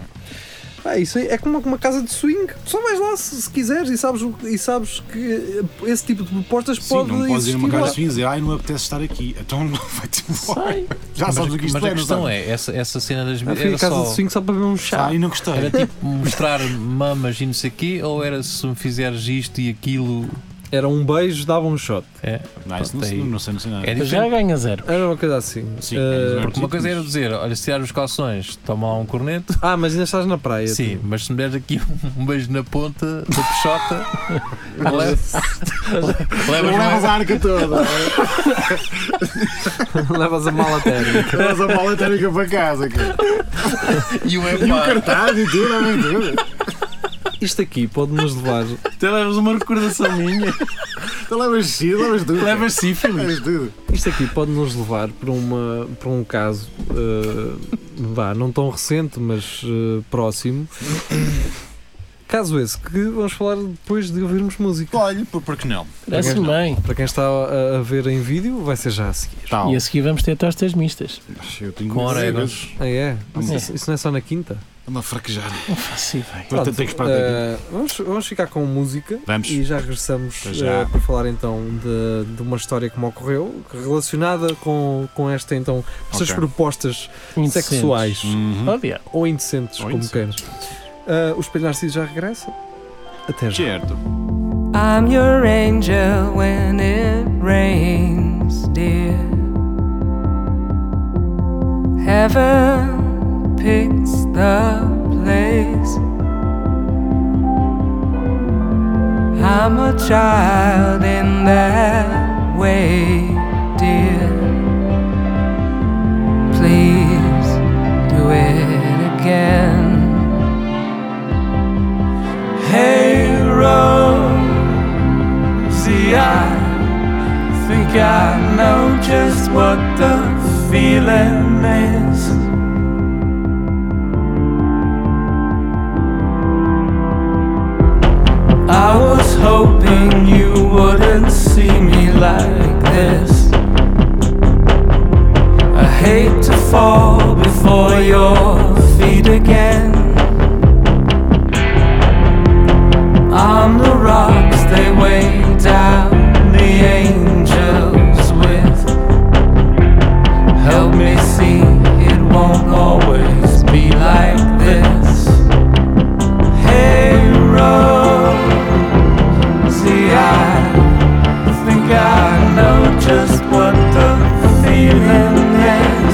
B: Pá, isso é é como uma, uma casa de swing. Só vais lá se, se quiseres e sabes, o- e sabes que eh, esse tipo de propostas
D: Sim,
B: pode
D: não podes ir
B: existir.
D: a uma casa
B: lá.
D: de swing e dizer, ai, não me apetece estar aqui. Então vai-te embora.
C: Sei.
D: Já
E: Mas,
D: sabes o que isto
E: mas
D: é,
E: a
D: não
E: questão
D: sabes?
E: é, essa, essa cena das
D: é
B: Ah,
E: miúdas
B: Fui
E: era
B: a casa de
E: só...
B: swing só para beber um chá.
D: Ai, não gostei.
E: Era tipo mostrar mamas e não sei o quê, ou era se me fizeres isto e aquilo...
B: Era um beijo, dava um shot.
E: É,
D: Não, isso não
E: Pronto,
D: sei,
E: aí-
D: não sei, não sei nada.
E: é
C: Já
E: diferente.
C: ganha zero.
B: Era uma coisa assim.
D: Sim,
B: Eh,
D: é, mas-
E: Porque uma coisa era dizer, olha, se tirar os calções, toma lá um corneto.
B: ah, mas ainda estás na praia.
E: Sim, mas se me deres aqui um beijo na ponta da peixota,
B: tu.
E: leva- levas
D: Não levas
E: mais...
D: é a arca toda.
B: Levas a mala térmica.
D: Levas a mala térmica para casa, cara.
E: E um
D: E o
E: epá.
D: cartaz e tudo, a é aventura.
B: Isto aqui pode nos levar.
C: Tu levas uma recordação minha.
D: Tu levas xixi, levas tudo.
C: levas sífilis.
D: Levas tudo.
B: Isto aqui pode nos levar para, uma, para um caso, eh, vá, não tão recente, mas eh, próximo. Caso esse, que vamos falar depois de ouvirmos música.
D: Olha, por- porque não?
C: Parece-me bem.
B: Para quem está a, a ver em vídeo, vai ser já a seguir.
D: Tal.
C: E a seguir vamos ter tostas mistas.
D: Eu tenho
E: Com
D: medo de dizer,
E: orégãos.
B: Ah, é?
C: Vamos.
B: Isso, isso não é só na quinta?
D: Estou-me a fraquejar.
C: Sim, vai.
D: Portanto, tenho então que esperar até aqui.
B: eh, vamos, vamos ficar com música.
D: Vamos.
B: E já regressamos
D: Pois já.
B: eh, para falar então de, de uma história que me ocorreu, relacionada com, com esta então, estas
D: Ok.
B: propostas
C: Indecentes.
B: sexuais
D: Uhum.
C: Olha,
B: ou indecentes,
D: Ou
B: como queiras. Ah, o Espelho Narciso já regressa? Até já.
D: Certo.
F: I'm your angel when it rains, dear. Heaven picks the place. I'm a child in that way, dear. Please do it again. Hey, Rosie, I think I know just what the feeling is. I was hoping you wouldn't see me like this. I hate to fall before your feet again. On the rocks they weigh down the angels with Help me see it won't always be like this Hey Rosie, I think I know just what the feeling is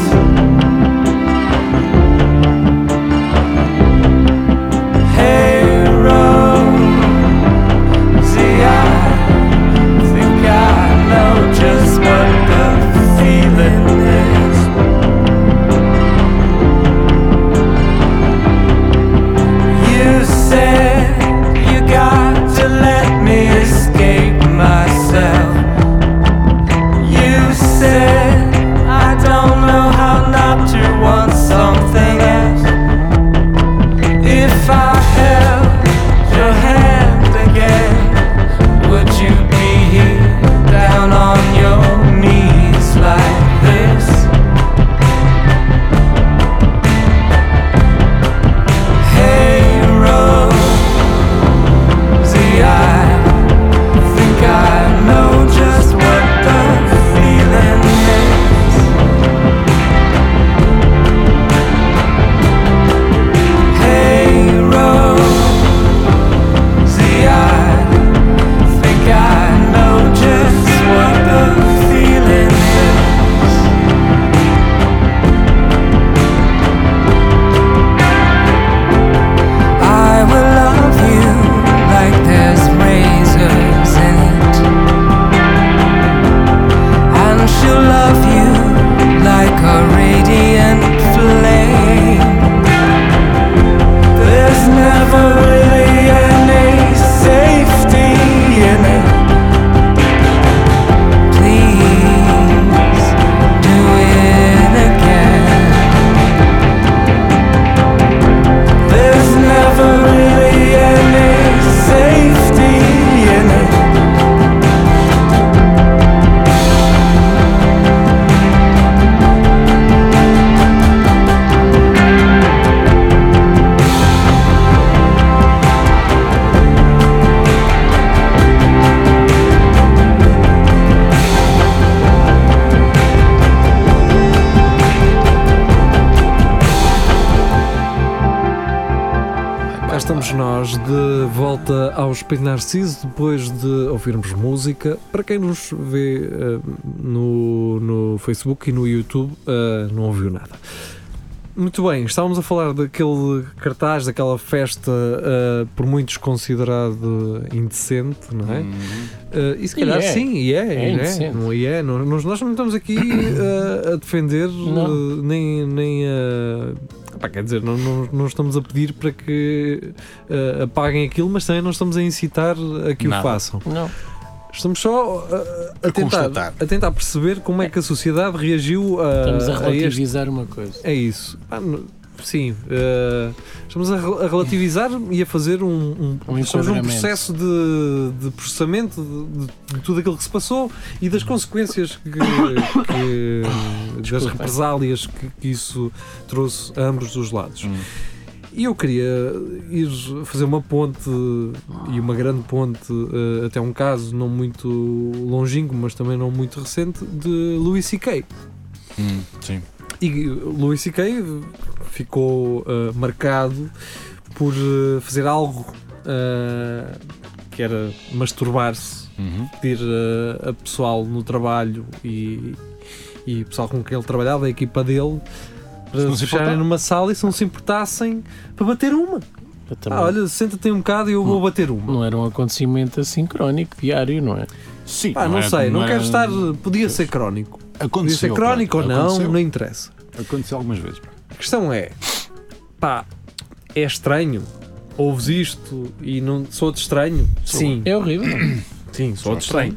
B: volta aos Espelho Narciso depois de ouvirmos música. Para quem nos vê eh, no, no Facebook e no YouTube, eh, não ouviu nada. Muito bem, estávamos a falar daquele cartaz, daquela festa eh, por muitos considerado indecente, não é? Eh, e se
C: E
B: calhar
C: é.
B: sim, e é,
C: É
B: e é,
C: indecente.
B: não, e é. Não- Nós, nós não estamos aqui eh, a defender,
C: Não.
B: eh, nem, nem a. Pá, quer dizer, não, não, não estamos a pedir para que eh, apaguem aquilo, mas também não estamos a incitar a que o
E: Nada.
B: façam.
C: Não.
B: Estamos só eh, a,
D: A
B: tentar,
D: constatar.
B: a tentar perceber como é que a sociedade reagiu a,
C: Estamos a
B: a Ah, é este
C: relativizar uma coisa.
B: é isso. Ah, no- sim. eh, estamos a, rel- a relativizar e a fazer um, um,
C: Um
B: estamos num
C: enquadramento.
B: processo de, de processamento de, de- de tudo aquilo que se passou e das consequências que, que- das
C: Desculpa.
B: represálias que, que isso trouxe a ambos os lados.
E: Hum.
B: E eu queria ir fazer uma ponte e uma grande ponte eh, até um caso não muito longínquo, mas também não muito recente de Louis C.K.
E: Hum, sim.
B: E Louis C.K. ficou uh, marcado por uh, fazer algo uh, que era masturbar-se,
E: Uhum.
B: pedir uh, a pessoal no trabalho e, e pessoal com quem ele trabalhava, a equipa dele, para
D: Se não
B: se
D: se
B: fecharem
D: importar.
B: numa sala e se não se importassem para bater uma.
C: Eu também-
B: Ah, olha, senta-te aí um bocado e eu vou bater uma.
C: Não era um acontecimento assim crónico, diário, não é?
D: Sim.
B: Pá, não
D: era-
B: sei, não
D: era-
B: quero estar. eh, Podia ser crónico. Podia
D: Aconteceu.
B: ser é crónico ou
D: pá.
B: não,
D: Aconteceu.
B: não interessa.
D: Aconteceu algumas vezes. pá.
B: A questão é, pá, é estranho. Ouves isto e não sou de estranho? Sim,
C: É horrível.
B: sim, sou de estranho.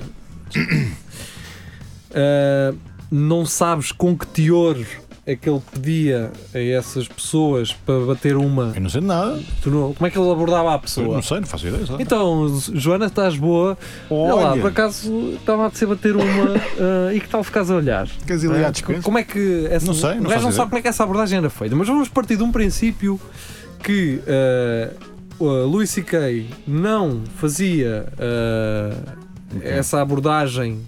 B: Ah, não sabes com que teor é que ele pedia a essas pessoas para bater uma.
D: Eu não sei de nada.
B: Tu não- Como é que ele abordava a
D: Eu
B: pessoa?
D: não sei, não faço ideia. sabe?
B: Então, Joana, estás boa? Olha lá, por acaso estava a apetecer bater uma ah, e que tal ficares a olhar?
D: Queres ir ali à
B: Ah,
D: dispensa?
B: Como é que essa,
D: Não sei, não
B: o gajo
D: faço
B: não
D: ideia.
B: sabe como é que essa abordagem era feita, mas vamos partir de um princípio que ah, o Louis C.K. não fazia ah, essa abordagem,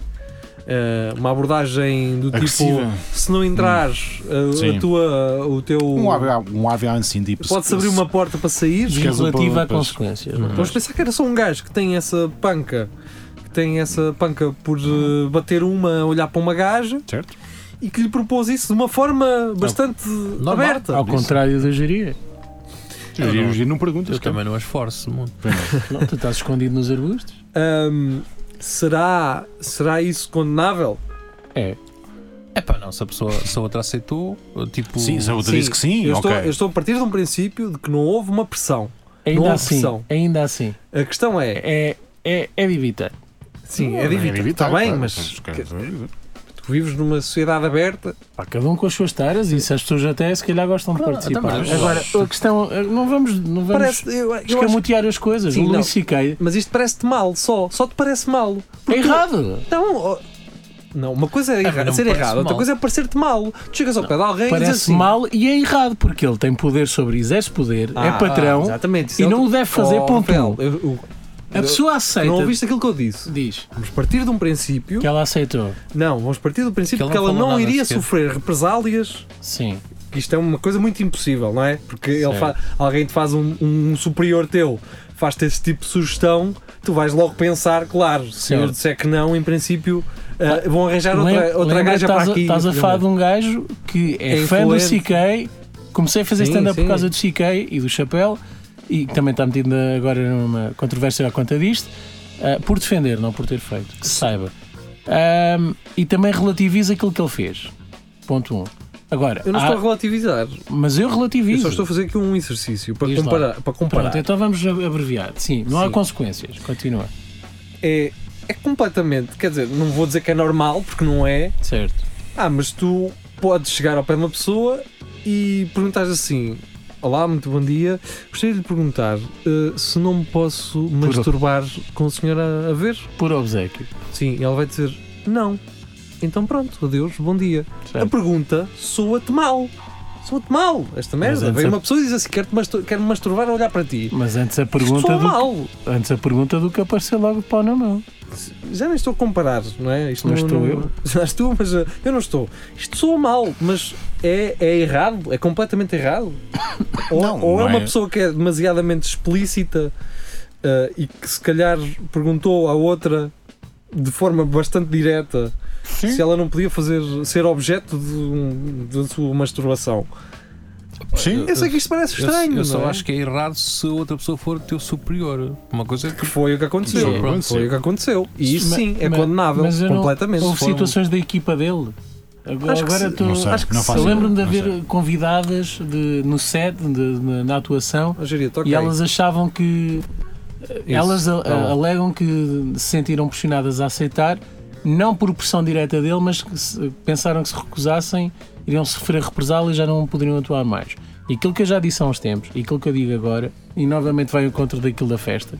B: ah, uma abordagem do
D: Agressiva. Hum.
B: tipo se não entrares ah, a,
D: Sim.
B: tua, o teu
D: Um ave- um ave assim, tipo.
B: podes abrir uma porta para sair.
D: Esquece o
C: Relativa
D: problema,
C: a
D: pois.
C: consequências. não é?
B: Vamos pensar que era só um gajo que tem essa panca, que tem essa panca por ah, bater uma, olhar para uma gaja
D: Certo?
B: e que lhe propôs isso de uma forma bastante aberta.
C: Ao contrário da geria.
D: Eu
E: não-
D: diria, não perguntas.
E: Eu
D: cara.
E: também não as forço muito.
C: Não, tu estás escondido nos arbustos.
B: Ahm, será, será isso condenável?
C: É.
E: É pá, não, se a pessoa, se a outra aceitou, tipo.
D: Sim, se a outra
B: Sim.
D: disse que sim,
B: eu,
D: ok.
B: estou, eu estou a partir de um princípio de que não houve uma pressão. Não
C: Ainda
B: há
C: assim,
B: pressão.
C: ainda assim.
B: A questão é,
C: É, é, é de evitar.
B: sim, é
D: Não,
B: difícil. Está
D: claro,
B: bem,
D: claro,
B: mas
D: claro, claro.
B: tu vives numa sociedade aberta.
C: Pá, cada um com as suas taras e se as pessoas até se calhar gostam de
E: Claro,
C: participar.
E: também.
C: Agora, a questão. eh, Não vamos, não vamos
B: Parece, eu,
D: é
B: eu acho,
C: escamotear as coisas.
B: Sim,
C: o
B: não.
C: Luís C.K.
B: mas isto parece-te mal, só. Só te parece mal.
C: é errado.
B: Então. ó, não, uma coisa é
E: mim
B: erra-
E: não me
B: ser
E: parece
B: errado, outra
E: mal.
B: coisa é parecer-te mal. Tu chegas ao pé de alguém e dizes
C: Parece
B: assim.
C: mal e é errado, porque ele tem poder sobre, exerce poder,
B: "Ah,
C: é patrão
B: exatamente, isso
C: e
B: é
C: não
B: outra-
C: o deve fazer,
B: Oh,
C: ponto.
B: Rafael, eu- eu-
C: A pessoa
B: tu
C: aceita.
B: não ouviste aquilo que eu disse.
C: Diz
B: Vamos partir de um princípio.
C: que ela aceitou.
B: Não, vamos partir do princípio
E: Que ele
B: que
E: não
B: ela
E: falou
B: não
E: nada
B: iria
E: sequer.
B: sofrer represálias.
C: Sim.
B: que Isto é uma coisa muito impossível, não é? Porque ele
C: Certo.
B: fa- alguém te faz um, um superior teu, faz-te esse tipo de sugestão, tu vais logo pensar, claro, se eu
C: Certo.
B: disser que não, em princípio ah, vão arranjar
C: Lem-
B: outra, outra
C: lembra
B: gaja
C: que estás
B: para
C: a-
B: aqui.
C: Estás a falar de um gajo que é,
B: É
C: fã do
B: influente.
C: CK. Comecei a fazer
B: Sim,
C: stand-up
B: sim.
C: por causa do CK e do chapéu e que também está metido na- agora numa controvérsia à conta disto. ah, por defender, não por ter feito. Que se saiba. Ahm, e também relativiza aquilo que ele fez. Ponto 1. Um. Agora,
B: Eu não
C: há-
B: estou a relativizar,
C: mas eu
B: eu
C: relativizo.
B: só estou a fazer aqui um exercício para
C: Diz lá.
B: comparar. Para comparar.
C: Pronto, então vamos ab- abreviar. Sim, não há
B: Sim.
C: consequências. Continua.
B: É, é completamente, quer dizer, não vou dizer que é normal, porque não é,
C: Certo.
B: Ah, mas tu podes chegar ao pé de uma pessoa e perguntar assim: Olá, muito bom dia. Gostaria de lhe perguntar eh, se não me posso masturbar com o senhor a, a ver?
C: Por obsequio.
B: Sim, e ela vai dizer: Não. Então pronto, adeus, bom dia. A
C: Certo.
B: pergunta soa-te mal. Soa-te mal, esta merda.
C: antes
B: Vem
C: a-
B: uma pessoa e diz assim: Quero-te mastur- quero-me masturbar a olhar para ti.
C: Mas antes a
B: Isto
C: pergunta
B: soa
C: do
B: mal.
C: Antes a pergunta do que apareceu logo pau na mão.
B: Já nem estou a comparar, não é? Isto
C: Mas
B: não,
C: estou
B: não-
C: eu.
B: Já estou, mas uh, eu não estou. Isto soa mal, mas é, é errado, é completamente errado. Ou,
D: Não,
B: ou é
D: não
B: uma
D: é.
B: pessoa que é demasiadamente explícita ah, e que se calhar perguntou à outra de forma bastante direta se ela não podia fazer, ser objeto de, um- da sua masturbação.
D: Sim.
B: Eu sei que isto parece
E: Eu-
B: é estranho,
E: eu, só
B: não é?
E: acho que é errado se outra pessoa for teu superior. Uma coisa é que
B: que foi o que aconteceu.
E: Sim, pronto.
B: Foi o que aconteceu. E isso
C: Mas-
B: sim, é
C: mas-
B: condenável
C: mas eu não-
B: completamente.
C: Houve
E: for um-
C: situações da equipa dele. Agora,
B: Acho que
C: agora
B: se-
C: tô-
D: Não sei,
B: acho que
D: não
B: se-
D: faço
C: eu
D: ideia,
C: lembro-me de
D: não sei.
C: haver convidadas de- no set, de- na, na atuação,
B: Ah, Jerito, ok.
C: e elas achavam que.
B: Isso,
C: Elas a-
B: tá bom.
C: alegam que se sentiram pressionadas a aceitar, não por pressão direta dele, mas que se- pensaram que se recusassem iriam sofrer represália e já não poderiam atuar mais. E aquilo que eu já disse há uns tempos, e aquilo que eu digo agora, e novamente vai ao encontro daquilo da festa,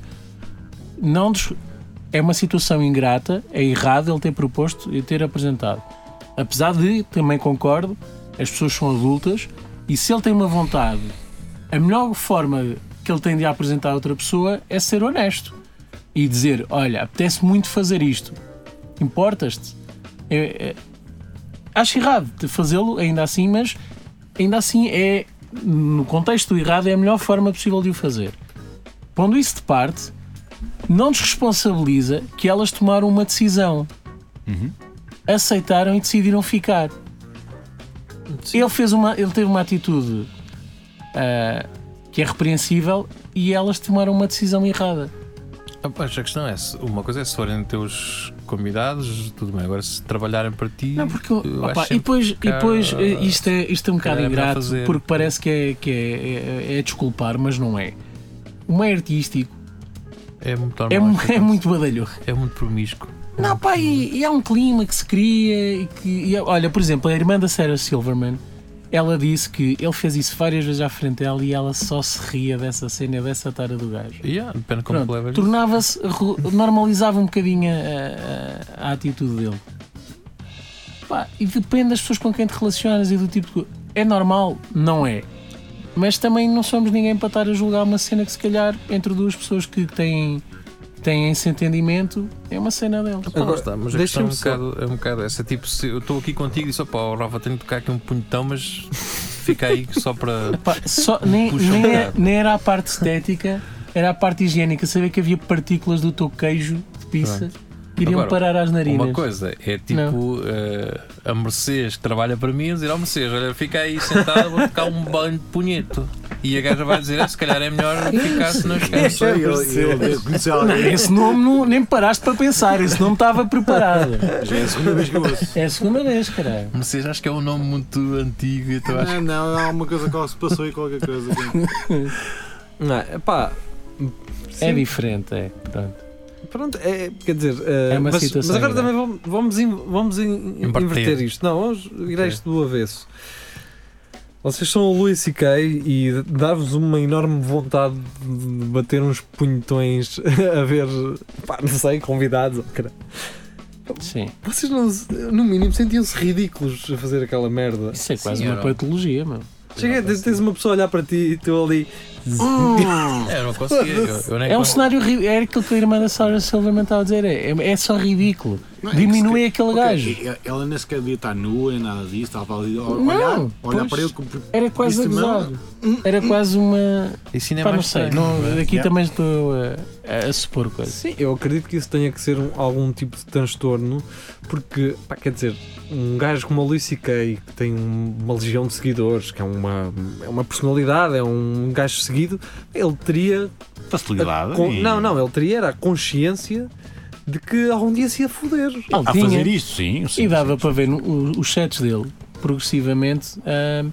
C: não des- é uma situação ingrata, é errado ele ter proposto e ter apresentado. Apesar de, também concordo, as pessoas são adultas e se ele tem uma vontade, a melhor forma que ele tem de apresentar a outra pessoa é ser honesto e dizer: Olha, apetece muito fazer isto, importas-te? É- é- acho errado de fazê-lo, ainda assim, mas ainda assim é, no contexto errado, é a melhor forma possível de o fazer. Pondo isso de parte, não desresponsabiliza que elas tomaram uma decisão. Aceitaram e decidiram ficar. Ele, fez uma, ele teve uma atitude ah, que é repreensível e elas tomaram uma decisão errada.
E: Ah, Mas a questão é, se- uma coisa é se forem teus convidados, tudo bem. Agora se trabalharem para ti.
C: Não, porque eu-
E: eu
C: opa,
E: acho
C: e
E: sempre
C: depois,
E: que
C: e
E: há-
C: depois eh, isto, é, isto é um bocado
E: calhar é melhor
C: ingrato
E: fazer.
C: porque parece que, é, que é, é- é desculpar, mas não é. O meio artístico
E: é muito normal.
C: é, mu-
E: esta
C: é
E: coisa.
C: muito badalhoco.
E: É muito promíscuo.
C: Não, pá, e, e há um clima que se cria e que. e, olha, por exemplo, a irmã da Sarah Silverman, ela disse que ele fez isso várias vezes à frente dela e ela só se ria dessa cena, dessa tara do gajo.
E: Yeah, depende de como
C: Pronto,
E: tu levas. isso.
C: tornava-se. ru- normalizava um bocadinho a, a- a atitude dele. Pá, e depende das pessoas com quem te relacionas e do tipo de. co- É normal? Não é. Mas também não somos ninguém para estar a julgar uma cena que, se calhar, entre duas pessoas que têm, têm esse entendimento, é uma cena deles.
E: Pá,
B: Agora,
E: está, mas a questão é
B: deixa-me
E: um, bocado, é um bocado essa. Tipo, se eu estou aqui contigo e disse, opá, oh, Rafa, tenho de tocar aqui um punhetão, mas fica aí só para.
C: Pá, só- nem,
E: Puxa
C: nem
E: um
C: é-
E: bocado.
C: nem era a parte estética, era a parte higiênica. Saber que havia partículas do teu queijo de pizza que iriam
E: Agora,
C: parar às narinas.
E: Uma coisa é tipo eh, a Mercedes que trabalha para mim dizer ao Mercedes, olha, fica aí sentada, vou tocar um banho de punhento. E a gaja vai dizer, "Ah, se calhar é melhor ficar se não esquece.
G: sei, eu, eu, eu conheci
C: Não,
G: alguém.
C: esse nome não- nem paraste para pensar, esse nome estava preparado.
G: Já é a segunda vez que eu ouço.
C: É a segunda vez, caralho.
E: Mercedes acho que é um nome muito antigo, então acho
D: Não,
G: É,
D: não, há alguma coisa que se passou aí qualquer coisa.
B: Não, pá,
C: É
B: sim,
C: diferente, é. Pronto.
B: Pronto, é, quer dizer, eh,
C: É uma
B: mas,
C: situação
B: mas agora
C: grave.
B: também vamos, vamos, in- vamos in-
E: Inverter.
B: inverter isto. Não, vamos virar isto do avesso. Vocês são o Luís C.K. e dá-vos uma enorme vontade de bater uns punhetões a ver, pá, não sei, convidados. ou caralho.
C: Sim.
B: Vocês, não, se- no mínimo, sentiam-se ridículos a fazer aquela merda.
C: Isso é quase
E: Sim,
C: uma
E: era.
C: patologia, meu.
G: é
B: Chega, tens, tens uma pessoa a olhar para ti e tu ali.
E: que é, eu não conseguia. Eu, eu nem
C: É um
E: con-
C: cenário. ri- É aquilo que a irmã da Sarah Silverman estava a dizer. É, é só ridículo.
G: é
C: Diminui
D: Um
C: aquele gajo.
G: Ok, Ela nem sequer devia estar nua, nada disso, estava ali a
C: Não,
G: olhar, olhar
C: pois.
G: para ele como
C: Era quase
G: Isso também-
C: abusado.
G: Hum,
C: Era quase uma.
E: Isso ainda é
C: Pá, não
E: mais
C: sei.
E: estranho.
C: não- aqui
G: Yeah.
C: também estou a, a- a supor coisas.
B: Sim, eu acredito que isso tenha que ser um- algum tipo de transtorno, porque, pá, quer dizer, um gajo como o Luís C.K., que tem um- uma legião de seguidores, que é uma, é uma personalidade, é um gajo seguido, ele teria.
D: Facilidade.
B: con-
D: em
B: não, não, ele teria era a consciência de que algum dia se ia foder.
C: Ele
D: A
C: tinha.
D: fazer isto, sim. sim
C: e dava
D: sim.
C: para ver no- o- os sets dele progressivamente ahm,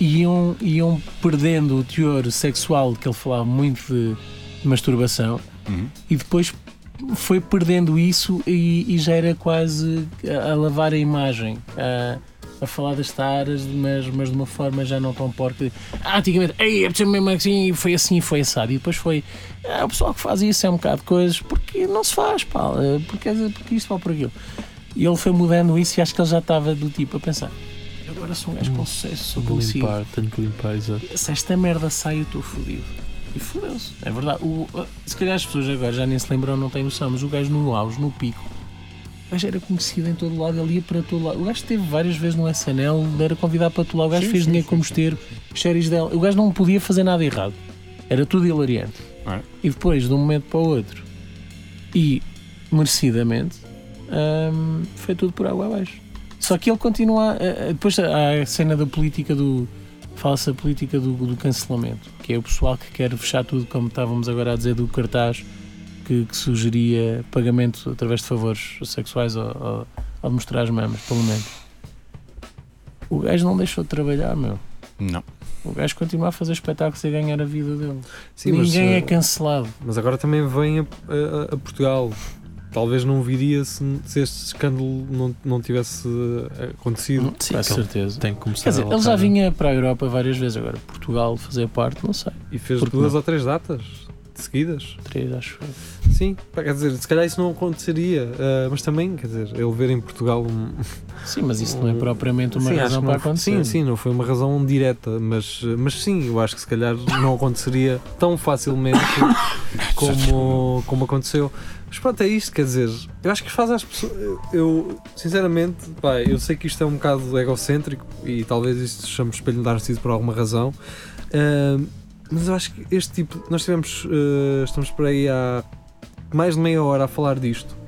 C: iam, iam perdendo o teor sexual que ele falava muito de masturbação
D: Uhum.
C: e depois foi perdendo isso e, e já era quase a, a lavar a imagem a, a falar das taras mas, mas de uma forma já não tão porca ah, antigamente, ei, é mesmo assim e foi assim e foi assado e depois foi ah, o pessoal que faz isso é um bocado de coisas porque não se faz, pá, eh, porque, porque isto ou por aquilo e ele foi mudando isso e acho que ele já estava do tipo a pensar "Eu agora sou um gajo com sucesso, sou
E: Hum. Tenho que
C: conhecido
E: limpar, tenho que limpar, exato.
C: se esta merda sai, eu estou fodido. E fodeu-se, é verdade. O- uh, se calhar as pessoas agora já nem se lembram, não têm noção, mas o gajo no auge, no pico, o gajo era conhecido em todo lado, ele ia para todo lado. O gajo esteve várias vezes no SNL, era convidado para todo lado, o gajo fez dinheiro como esteiro, séries dela. O gajo não podia fazer nada errado, era tudo hilariante.
D: É.
C: E depois, de um momento para o outro, e merecidamente, hum, foi tudo por água abaixo. Só que ele continua. a- a- depois há a cena da política do. falsa política do, do cancelamento, que é o pessoal que quer fechar tudo, como estávamos agora a dizer, do cartaz que, que sugeria pagamento através de favores sexuais ou, ou, ou de mostrar as mamas, pelo menos. O gajo não deixou de trabalhar, meu.
D: Não.
C: O gajo continua a fazer espetáculos e a ganhar a vida dele.
B: Sim, mas,
C: Ninguém
E: eh,
C: é
B: uh,
C: cancelado.
B: Mas agora também vem a, a- a Portugal. Talvez não viria se, se este escândalo não, não tivesse uh, acontecido.
E: Sim,
C: com
E: aquele-
C: certeza.
E: Tem que começar
C: Quer dizer,
E: a
C: ele já
E: voltar, não
C: vinha para a Europa várias vezes, agora Portugal fazer parte, não sei,
B: E fez
C: Hum, Porque
B: duas
C: não?
B: ou três datas de seguidas.
C: três acho eu.
B: Sim, pá, quer dizer, se calhar isso não aconteceria. ah, mas também, quer dizer, ele ver em Portugal. um-
C: Sim, mas isso não é propriamente uma
B: Sim, acho
C: razão
B: que
C: para
B: não-
C: acontecer.
B: Sim, sim, não foi uma razão direta. Mas, mas sim, eu acho que se calhar não aconteceria tão facilmente como, como aconteceu. Mas pronto, é isto, quer dizer, eu acho que faz às pessoas. Eu, sinceramente, pá, eu sei que isto é um bocado egocêntrico e talvez isto se chame espelho de Narciso por alguma razão, ah, mas eu acho que este tipo. Nós tivemos. ah, estamos por aí há mais de meia hora a falar disto.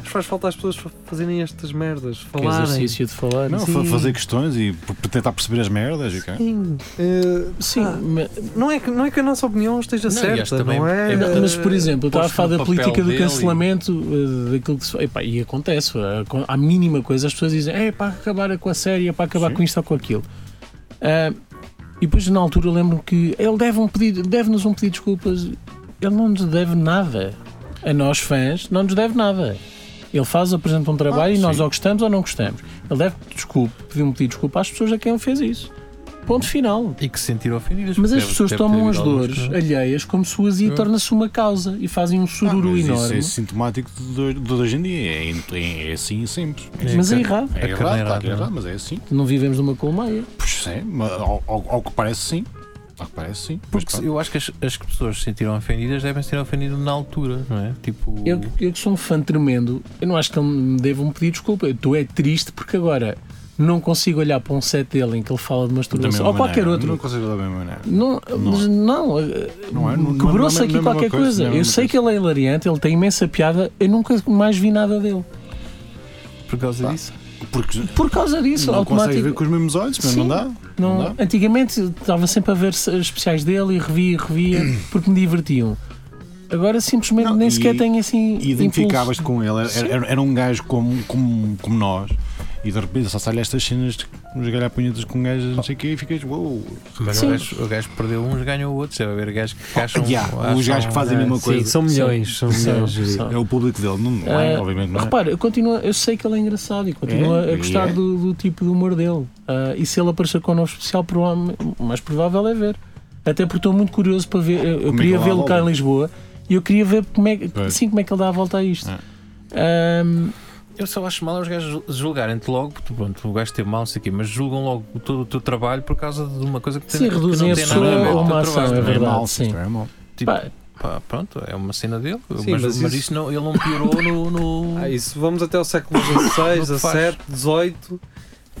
B: Mas faz falta às pessoas fa- fazerem estas merdas,
C: Hum. Que é
B: falarem.
C: exercício de falar.
D: Não,
B: Sim.
D: fa- fazer questões e p- tentar perceber as merdas e o quê?
C: um
B: Sim. Ah,
C: Sim,
B: Ah.
C: ma-
B: não, é que, não é que a nossa opinião esteja
E: Não, e acho
B: certa,
E: também-
B: não é?
E: é-
C: mas, por exemplo, eu estava a
E: posto
C: falar
E: no
C: da
E: papel
C: política do
E: dele e-
C: cancelamento, eh, daquilo que se faz. Epá, E acontece, eh, com- à mínima coisa, as pessoas dizem é para acabar com a série, é para acabar
D: Sim.
C: com isto ou com aquilo. Ah, e depois, na altura, eu lembro-me que ele deve um pedido, deve-nos um pedido de desculpas. Ele não nos deve nada. A nós, fãs, não nos deve nada. Ele faz, apresenta um trabalho
D: Ah,
C: e nós
D: sim.
C: ou gostamos ou não gostamos. Ele deve desculpa, pedir um pedido de desculpa às pessoas a quem ele fez isso. Ponto final.
E: E que se sentiram ofendidas.
C: Mas as
E: deve-
C: pessoas
E: deve ter
C: tomam as
E: havido algumas
C: dores
E: que-
C: alheias como suas e
D: Hum.
E: É.
C: torna-se uma causa e fazem um
D: Ah,
C: sururu
D: mas Isso
C: enorme.
D: é sintomático de hoje- de hoje em dia. É, in- é, é assim sempre.
C: mas é errado.
E: A
D: É errado,
E: carneirada,
D: claro que é
E: não é?
D: errado, mas é assim.
C: Não vivemos numa colmeia.
D: Pois é, mas ao, ao- ao que parece sim. Ao que parece sim. Mas
E: Porque se-
D: pronto.
E: eu acho que as, as que pessoas se sentiram ofendidas devem se ter ofendido na altura, não é? Tipo.
C: Eu, eu que sou um fã tremendo, eu não acho que ele me deva um pedido de desculpa. Eu estou é triste porque agora não consigo olhar para um set dele em que ele fala de
D: Da mesma
C: masturbação ou qualquer
D: é maneira,
C: outro.
D: Não consigo da mesma maneira.
C: Não,
D: Não
C: mas
D: é.
C: não, eh,
D: Não é,
C: quebrou-se
D: não- não- não-
C: aqui
D: não é a mesma
C: qualquer
D: coisa,
C: coisa.
D: não é a
C: eu
D: mesma
C: sei que ele é hilariante, ele tem imensa piada, eu nunca mais vi nada dele.
E: por causa disso.
D: Porque
C: Por causa disso,
D: não consegues ver
C: automático.
D: com os mesmos olhos, mas
C: Sim.
D: não dá.
C: Não-
D: Não dá?
C: antigamente estava sempre a ver se- especiais dele e revia e revia porque me divertiam. Agora simplesmente
D: Não,
C: nem
D: e-
C: sequer tenho assim.
D: E
C: impulso.
D: identificavas com ele. Era, era- era um gajo como, como, como nós. E de repente só sai estas cenas de uns galhapunhetas com gajas, não sei o quê, e ficas. Uou.
E: Mas
C: Sim.
E: o gajo, o gajo perdeu uns, ganhou outros. Deve haver gajos que acham.
D: Yeah, os
E: acham-
D: gajos que fazem a mesma
B: Sim,
D: coisa.
B: É são milhões, são
C: São-
B: milhões. diria.
C: são.
D: É o público dele, não, não é?
C: Ah,
D: obviamente não é.
C: Repara, eu, continuo, eu sei que ele é engraçado e continuo
D: É,
C: a gostar
D: é.
C: do, do tipo de humor dele. Ah, e se ele aparecer com um novo especial, prova- o mais provável é ver. Até porque estou muito curioso para ver. Eu, eu
D: Como é que
C: queria
D: ele dá a
C: vê-lo cá em
D: volta?
C: Lisboa e eu queria ver como é, que-
D: Pois.
C: sim, como é que ele dá a volta a isto. Ah,
D: É.
C: Ahm,
E: Eu só acho mal é os gajos julgarem-te logo, porque pronto, o gajo teve mal, não sei o quê, mas julgam logo todo o teu trabalho por causa de uma coisa que tem
C: Sim,
E: que não
C: reduzem
E: tem
C: a
E: nada ver
D: pessoa
E: com o
D: a
E: teu
D: uma
C: ação,
E: trabalho,
C: é
E: não
D: Não é
C: verdade,
D: mal, sim,
C: sim.
D: não é mal.
E: Tipo,
C: pá,
E: pá, pronto, é uma cena dele,
B: Sim,
E: mas,
B: mas
E: mas
B: isso
E: isso não, ele não piorou no. no-
B: Ah, isso vamos até ao século XVI,
E: Não faz.
B: XVII, XVIII.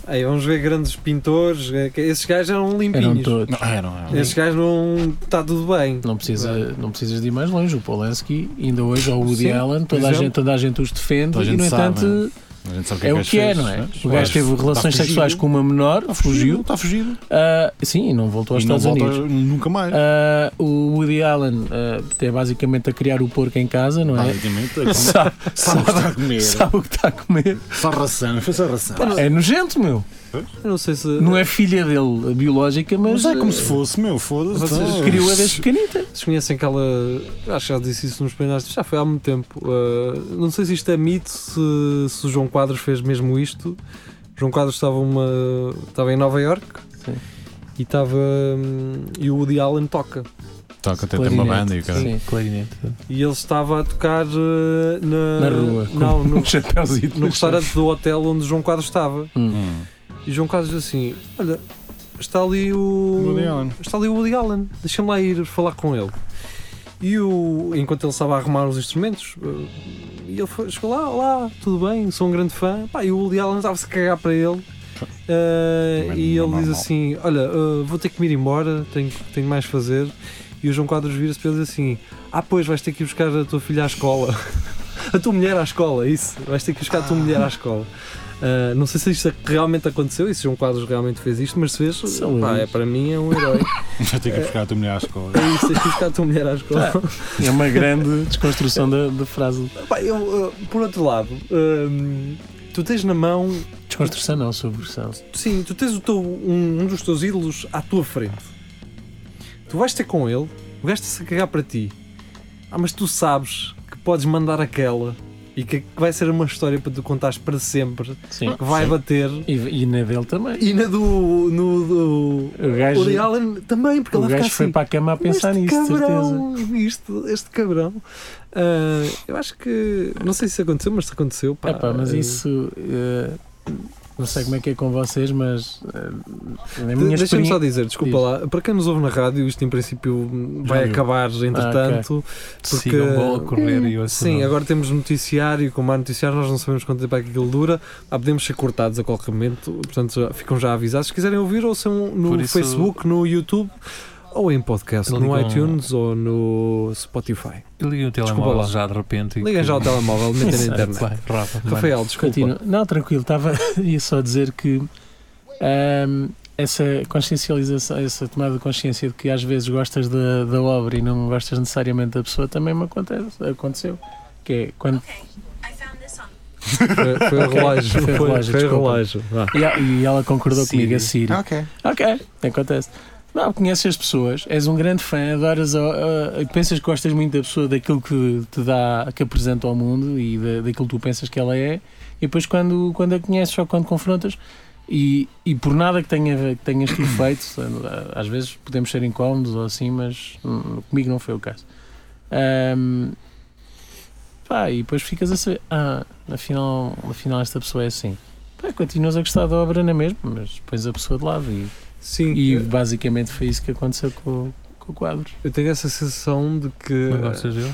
B: Aí vamos ver grandes pintores. eh, que Esses gajos eram
C: eram
B: limpinhos.
C: todos.
D: Não, é, não é.
B: Esses gajos não. Está tudo bem.
C: Não, precisa, não precisas de ir mais longe. O Polanski, ainda hoje, ou o Woody
B: Sim,
C: Allen,
B: por
C: toda a,
B: exemplo.
C: gente, toda a gente os defende
D: Toda a
C: e,
D: gente
C: no
D: sabe, né?
C: entanto,
D: A gente sabe
C: é o que é, não é? O
D: né?
C: gajo teve relações sexuais com uma menor, fugiu.
D: Está fugido.
C: Ah, sim, e não voltou aos
D: E não
C: Estados
D: volta
C: Unidos.
D: nunca mais.
C: Ah, o Woody Allen ah, é basicamente a criar o porco em casa, não é?
D: Basicamente,
C: Sabe,
D: só está a comer.
C: sabe o que está a comer.
D: Só ração, foi só ração.
C: É nojento, meu.
B: Eu não sei se.
C: Não é filha dele biológica, mas.
D: Mas é como se
C: ah,
D: fosse, meu, foda-se. então,
B: Vocês
C: Criou-a desde pequenita.
B: Vocês conhecem aquela. Acho que já disse isso nos plenários, já foi há muito tempo. Uh, não sei se isto é mito, se, se o João Quadros fez mesmo isto. O João Quadros estava, uma, estava em Nova York
C: Sim.
B: e estava. hum, e o Woody Allen toca.
D: Toca até tem uma
C: Clarinete,
D: banda e o cara.
C: sim.
E: Clarinete.
B: E ele estava a tocar uh, na,
C: Na rua.
B: Não,
C: com
B: no,
C: um chapéuzinho.
B: no restaurante do hotel onde o João Quadros estava.
D: Hum.
B: E o João Carlos diz assim: Olha, está ali o.
D: Woody Allen.
B: Está ali o Woody Allen, deixa-me lá ir falar com ele. E o, enquanto ele estava a arrumar os instrumentos, eh, e ele foi, chegou lá, olá, tudo bem, sou um grande fã. Pá, e o Woody Allen estava-se a cagar para ele. Eh,
D: Também
B: e ele
D: não é normal.
B: eh, diz assim: Olha, eh, vou ter que me ir embora, tenho, tenho mais a fazer. E o João Quadros vira-se para ele e diz assim: Ah, pois, vais ter que ir buscar a tua filha à escola. a tua mulher à escola, isso. Vais ter que ir buscar a tua mulher à escola. Ah, não sei se isto realmente aconteceu e se João Quadros realmente fez isto, mas se fez,
C: São
B: pá,
C: eles.
B: é, para mim é um herói.
D: Já tenho que buscar a tua mulher à escola.
B: É isso, tens que ir buscar a tua mulher à escola.
C: É uma grande desconstrução da, da frase.
B: Pá, eu, uh, por outro lado, hum, tu tens na mão.
C: Desconstrução não, subversão.
B: Sim, tu tens o teu, um, um dos teus ídolos à tua frente. Tu vais ter com ele, o gajo está-se a cagar para ti. Ah, mas tu sabes que podes mandar aquela e que que vai ser uma história para tu contares para sempre,
C: Sim.
B: que Ah, vai bater.
C: E, e na dele também.
B: E na do. no do.
C: O gajo,
B: Woody Allen também, porque
C: o
B: ela fica
C: gajo
B: assim.
C: foi para a cama a pensar
B: este
C: nisso, de certeza.
B: cabrão, isto, este cabrão. Ah, eu acho que. Não sei se aconteceu, mas se aconteceu. Pá,
C: Epá, É mas
B: eh,
C: isso. eh, não sei como é que é com vocês, mas. eh, na
B: de-
C: minha
B: Deixa-me só
C: experiência.
B: dizer, desculpa
C: Diz.
B: lá, para quem nos ouve na rádio, isto em princípio vai
C: viu. Ah,
B: acabar entretanto.
E: Porque...
B: Porque-
E: Sigam bola a correr e eu
B: Sim, é agora temos noticiário, como há noticiário, nós não sabemos quanto tempo é que aquilo dura. Ah, podemos ser cortados a qualquer momento, portanto já- ficam já avisados. Se quiserem ouvir, ouçam no
E: Por isso-
B: Facebook, no YouTube ou em podcast, no
E: Ligam-
B: iTunes ou no Spotify.
E: Liguem o
B: Desculpa lá.
E: telemóvel já de repente. e
B: Liguem
E: que-
B: já ao telemóvel, metem na internet.
E: Vai, rápido, mano.
B: Rafael, desculpa.
C: Continua. Não, tranquilo, estava ia só dizer que ahm, essa consciencialização, essa tomada de consciência de que às vezes gostas da, da obra e não gostas necessariamente da pessoa também me acontece, aconteceu. Que é quando,
B: Foi, foi o relógio.
C: Foi o
B: Foi,
C: relógio,
B: foi o
C: desculpa.
B: relógio. vá.
C: e, a- e ela concordou
E: Siri.
C: comigo, a Siri.
D: ok.
C: Ok, acontece. Não, conheces as pessoas, és um grande fã, adoras, a- a- pensas que gostas muito da pessoa, daquilo que te dá, que apresenta ao mundo e da, daquilo que tu pensas que ela é, e depois quando, quando a conheces ou quando confrontas, e, e por nada que, tenha, que tenhas tu feito, às vezes podemos ser incómodos ou assim, mas hum, comigo não foi o caso. Ahm, pá, e depois ficas a saber, ah, afinal, afinal esta pessoa é assim. Pá, continuas a gostar da obra na mesma, mas pões a pessoa de lado e
B: Sim, é.
C: e
B: eu-
C: basicamente foi isso que aconteceu com, com o quadro.
B: eu tenho essa sensação de que.
E: Não gostas dele?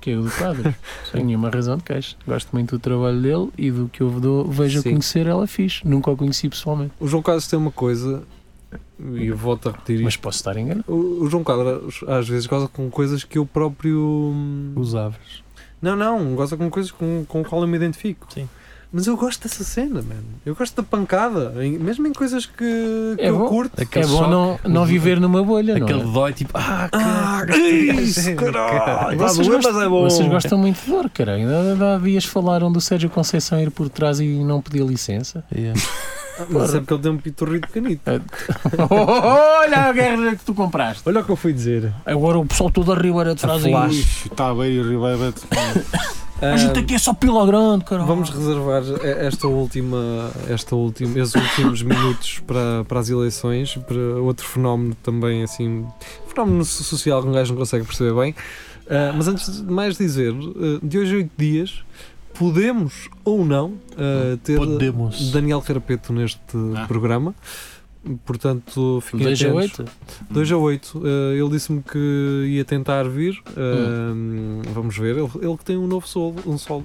C: Que é o do quadro. Sem nenhuma razão de queixa. Gosto muito do trabalho dele e do que eu dou- vejo
B: Sim.
C: a conhecer, ela fiz. Nunca o conheci pessoalmente.
B: O João Carlos tem uma coisa, e eu volto a repetir
C: Mas
B: isto.
C: posso estar enganado.
B: O, o João Carlos às vezes goza com coisas que eu próprio. hum,
E: Usavas.
B: Não, não, goza com coisas com, com o qual eu me identifico.
E: Sim.
B: Mas eu gosto dessa cena, mano. Eu gosto da pancada, em- mesmo em coisas que, que
C: É
B: eu
C: bom.
B: curto.
E: Aquele
C: é bom
E: choque,
C: não, não viver numa bolha, não é?
E: Aquele dói tipo. Ah,
B: Ah, isso, caralho! Pá,
C: Vocês
B: doeu, mas
C: gostam,
B: é bom.
C: vocês gostam muito de dor, caralho. Há há dias falaram do Sérgio Conceição ir por trás e não pedir licença.
E: Yeah.
B: Mas é porque ele tem um pitorrito pequenito.
C: Olha a guerra que tu compraste.
B: Olha o que eu fui dizer.
C: Agora o pessoal todo a rir era de trás
B: falar.
C: aí.
D: Está Tá bem, e rebebe
C: A gente aqui é só pila grande, caralho.
B: Vamos reservar e- esta última, esta última, estes últimos minutos para, para as eleições, para outro fenómeno também assim, fenómeno so- social que um gajo não consegue perceber bem. Ah, mas antes de mais dizer, ah, de hoje a oito dias, podemos ou não ah, ter
E: Podemos.
B: Daniel Carapeto neste
G: Ah.
B: programa. Portanto, fiquem
C: 2 a
B: atentos.
C: 8?
B: 2 a 8. ele disse-me que ia tentar vir. Ah, Vamos ver. Ele, ele que tem um novo solo. Um solo.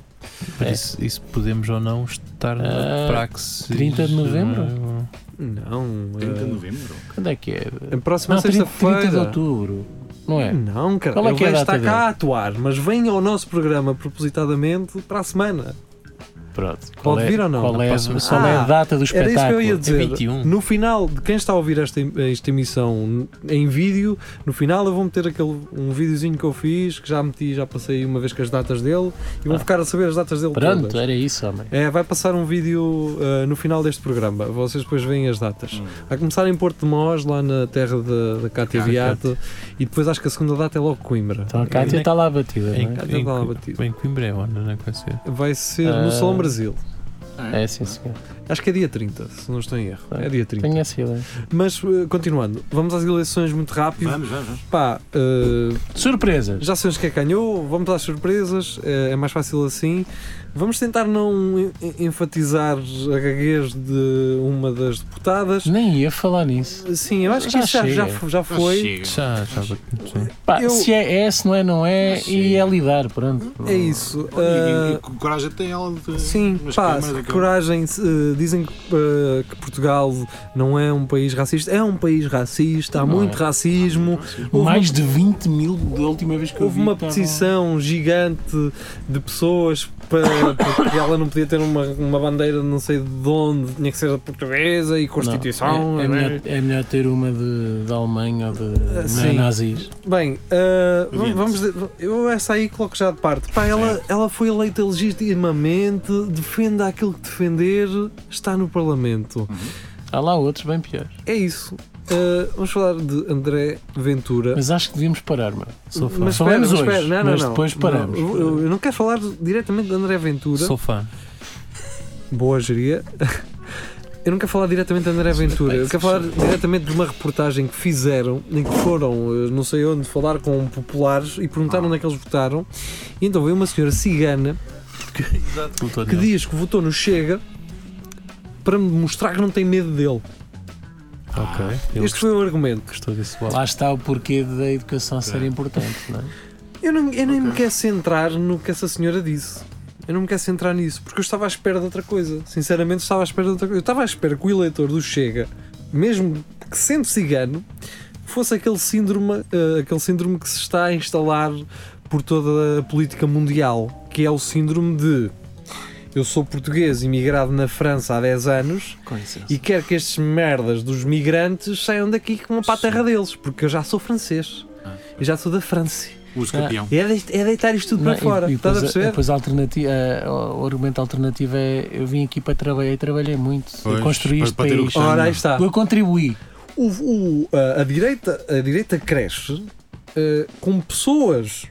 E: Por
C: É.
E: isso, isso podemos ou não estar
C: Ah,
E: na praxis.
C: 30 de novembro? Tá
B: Não.
G: 30
B: ah,
G: de novembro?
C: Quando é que é?
B: A próxima
C: Não, 30, 30 de
B: sexta-feira. Hum.
C: outubro. Não é?
B: Não, cara,
C: Qual é
B: ele
C: que é a
B: vai
C: data
B: estar cá
C: dele?
B: a atuar, mas vem ao nosso programa propositadamente para a semana.
C: Pronto.
B: Pode vir ou não?
C: Qual é,
E: Próxima-
C: qual é a
B: Ah,
C: data do espetáculo?
B: Era isso que eu ia
E: É
B: dizer.
E: 21.
B: No final de quem está a ouvir esta, esta emissão em vídeo, no final eu vou meter aquele, um videozinho que eu fiz, que já meti, já passei uma vez com as datas dele, e vão
C: Ah.
B: ficar a saber as datas dele
C: Pronto,
B: todas.
C: era isso, homem.
B: É, vai passar um vídeo ah, no final deste programa. Vocês depois veem as datas.
G: Hum.
B: A começar em Porto de Mós, lá na terra da da Cátia Viarte, e depois acho que a segunda data é logo Coimbra.
C: Então a Cátia está lá batida,
E: Em,
C: não é?
B: Cátia
E: em,
B: está lá batida.
E: em Coimbra é onde, não é que vai ser?
B: Vai ser
C: Ah.
B: no Salão Brasil.
C: é? É, sim, senhor.
B: Acho que é dia 30, se não estou em erro.
C: Ah,
B: É dia 30.
C: Tenho essa ideia.
B: Mas eh, continuando, vamos às eleições muito rápido.
G: Vamos, vamos, vamos.
B: Pá, eh,
C: Surpresas.
B: já sabemos quem é que ganhou, vamos às surpresas, eh, é mais fácil assim. Vamos tentar não en- en- enfatizar a gaguez de uma das deputadas.
C: Nem ia falar nisso.
B: Sim, eu acho que
C: Já
B: isso já, já,
C: chega.
B: já foi.
G: Chega.
E: Já, já sim.
C: Pá,
B: Eu-
C: Se é, é, se não é, não é, e é lidar, pronto.
B: É isso.
G: Olha, e-
C: Ah,
B: eh,
G: e- e coragem tem ela de.
B: Sim,
G: nas
B: pá,
G: câmaras,
B: coragem, se, eh, dizem que, eh, que Portugal não é um país racista, é um país racista, há
E: Não
B: muito
E: é.
B: racismo. Houve
C: Mais de 20 mil da última vez que eu
B: Houve
C: vi.
B: uma
C: estavam-
B: petição gigante de pessoas para, porque ela não podia ter uma, uma bandeira de não sei de onde, tinha que ser portuguesa e Constituição.
C: Não, é, é
B: não é? Ah,
C: melhor, é melhor ter uma de, da Alemanha ou de é,
B: Sim.
C: nazis.
B: Bem, ah, v-
G: Adiante.
B: vamos. de- Eu essa aí coloco já de parte. Pá, ela, ela foi eleita legitimamente, defende aquilo que defender, está no Parlamento.
C: Há lá outros bem piores.
B: É isso. Ah, vamos falar de André Ventura.
C: Mas acho que devíamos parar, mano. Só falar.
B: Mas espera,
C: Falamos
B: mas
C: hoje,
B: espera, não, não,
C: mas
B: não.
C: depois paramos.
B: Não, eu, eu não quero falar diretamente de André Ventura.
E: Sou fã.
B: Boa geria. Eu não quero falar diretamente de André Ventura, eu quero falar diretamente de uma reportagem que fizeram, em que foram, eh, não sei onde, falar com populares e perguntaram onde é que eles votaram. E então veio uma senhora cigana
E: Exato. Doutor
B: que
E: Nel.
B: diz que votou no Chega para me mostrar que não tem medo dele.
C: Ah,
E: Ok. Ele
B: este foi o argumento.
E: gostou desse bolo.
C: Lá está o porquê da educação ser importante, não é?
B: Eu, não, eu nem me quero centrar no que essa senhora disse. Eu não me quero centrar nisso, porque eu estava à espera de outra coisa. Sinceramente, estava à espera de outra coisa. Eu estava à espera que o eleitor do Chega, mesmo que sendo cigano, fosse aquele síndrome, eh, aquele síndrome que se está a instalar por toda a política mundial, que é o síndrome de eu sou português, imigrado na França há 10 anos,
C: Com licença.
B: e quero que estes merdas dos migrantes saiam daqui com para a terra deles, porque eu já sou francês. Eu já sou da França.
G: Uso campeão.
B: É, de- é deitar isto tudo
C: Não,
B: para fora.
C: e, é, e
B: Estás a
C: depois,
B: perceber?
C: depois a alternativa, a- o argumento alternativo é eu vim aqui para trabalhar e trabalhei muito.
D: Pois,
C: eu construí
D: para-
C: este
D: para ter o
C: país.
D: que
B: Ora, aí está.
C: Eu contribuí.
B: O, o- a, a direita, a direita cresce eh, com pessoas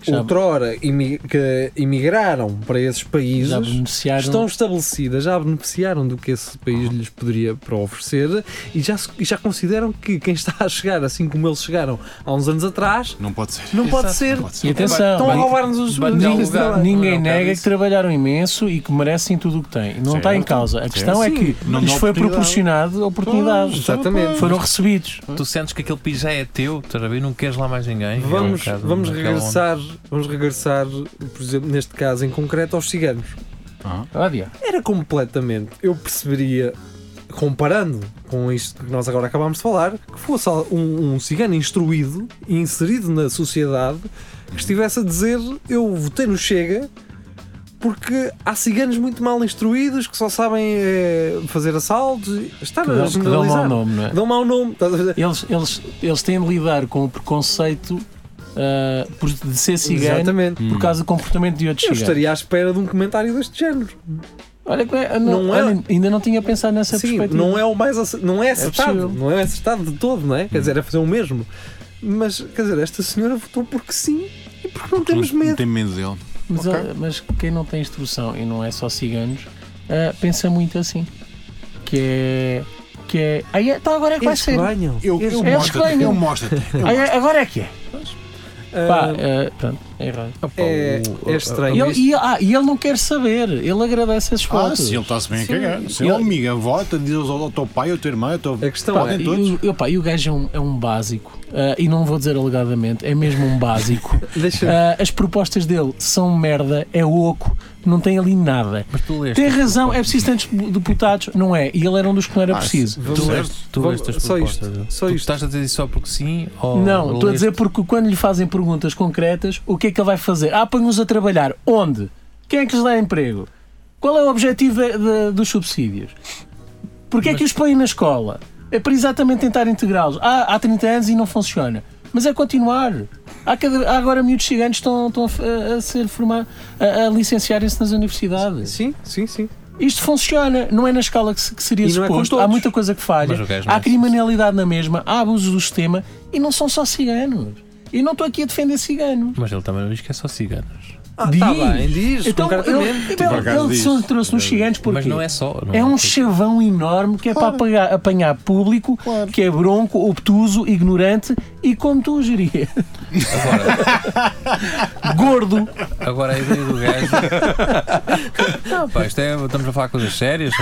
C: Que já-
B: outrora imi- que imigraram para esses
C: Já
B: países.
C: beneficiaram.
B: Estão estabelecidas, já beneficiaram do que esse país lhes poderia para oferecer e já, se- e já consideram que quem está a chegar, assim como eles chegaram há uns anos atrás,
D: Não pode ser.
B: não pode ser.
D: Pode
C: E
D: ser.
C: atenção,
B: Estão a
C: ninguém-
B: roubar-nos os
E: Vai-
B: os- é?
E: vai-
B: os-
E: vai-
C: ninguém
E: Não, não,
C: nega
E: cabe
C: que
E: isso.
C: trabalharam imenso e que merecem tudo o que têm. Não está em causa. A questão é que
D: Não
C: lhes
D: dá
C: foi
D: oportunidade.
C: proporcionado oportunidades.
B: Exatamente.
C: Foram recebidos.
E: Tu sentes que aquele piso já é teu, estás a ver? Não queres lá mais ninguém.
B: Vamos,
E: É um bocado
B: vamos,
E: naquela onda.
B: regressar, vamos regressar, por exemplo, neste caso em concreto, aos ciganos.
C: Ódio.
B: Era completamente, eu perceberia, comparando com isto que nós agora acabámos de falar, que fosse al- um, um cigano instruído e inserido na sociedade que estivesse a dizer: Eu votei no Chega. Porque há ciganos muito mal instruídos que só sabem eh, fazer assaltos. e- Está
C: Que
B: a
C: dão- que dão mau
B: generalizar.
C: nome, não é?
B: Dão mau nome. estás a ver?
C: Eles, eles, eles têm de lidar com o preconceito ah, por- de ser cigano
B: Exatamente.
C: por causa do comportamento de outros
B: Eu
C: ciganos.
B: estaria à espera de um comentário deste género.
C: Olha, como é- não,
B: Não é-
C: olha, ainda não tinha pensado nessa
B: Sim,
C: perspectiva.
B: não é o mais ace- não é acertado,
C: possível.
B: não é acertado de todo, não é? Quer dizer, é fazer o mesmo. Mas, quer dizer, esta senhora votou porque sim e porque não temos
D: Não
B: medo.
D: tem medo dele.
C: Mas, ah, mas quem não tem instrução e não é só ciganos, ah, pensa muito assim. Que é. Que é. Aí é, então agora é que vai
B: Eles
C: ser.
B: ganham.
D: Eu,
B: Eles-
D: eu
C: eles
D: mostro-te.
C: ganham.
D: Eu mostro-te.
C: Aí é- agora é que é.
B: Ah,
C: Pá, ah, pronto, é errado.
E: Opa,
B: é,
E: o-
B: é
C: E
B: estranho.
C: ele, e, ah, e ele não quer saber, ele agradece esses
D: Ah,
C: votos.
D: se ele está-se bem a cagar. Se
C: Ele-
D: ele, amiga, vota, diz ao ao teu pai, ao teu irmão, ao teu...
B: a questão
C: Pá,
B: é,
D: Podem
C: e,
D: todos.
C: o- e, opá, e o gajo é um, é um básico, Ah, e não vou dizer alegadamente, é mesmo um básico.
B: deixa
C: Ah, as propostas dele são merda, é oco, não tem ali nada.
E: Mas tu leste.
C: Tem razão, é preciso tantos deputados, não é? E ele era um dos que não era
D: Ah,
C: preciso.
E: Tu
B: vamos,
E: leste, tu
B: vamos-
E: leste as
B: só isto,
E: propostas. dele.
B: só
E: Tu
B: isto.
E: Estás a dizer isso só porque sim? Ou
C: Não, estou a
E: leste?
C: dizer porque quando lhe fazem perguntas concretas, o que é que ele vai fazer? Ah, põe-nos a trabalhar. Onde? Quem é que lhes dá emprego? Qual é o objetivo de- de- dos subsídios? Porquê é que os põem na escola? É para exatamente tentar integrá-los. Ah, há 30 anos e não funciona. Mas é continuar. Há, cada- há agora miúdos gigantes estão, estão a, a ser formar, a, a licenciarem-se nas universidades.
B: Sim, sim, sim.
C: Isto funciona, não é na escala que, se- que seria
B: E não é com
C: suposto.
B: todos.
C: há muita coisa que
E: Mas
C: falha,
E: o gajo não
C: há
E: é
C: criminalidade na mesma, há abuso do sistema e não são só ciganos. E não estou aqui a defender ciganos.
E: Mas ele também não diz que é só ciganos.
B: Ah, tá
C: Diz.
B: bem, diz
C: Então, ele,
B: concretamente.
C: ele,
D: acaso
C: ele
D: diz.
C: só trouxe nos ciganos porque
E: Mas não é só. não
C: é um
E: só-
C: chavão enorme que é para apagar- apanhar público que é bronco, obtuso, ignorante e, como tu geria,
E: Agora,
C: gordo.
E: agora a ideia do gajo. Pá, isto é, estamos a falar coisas sérias.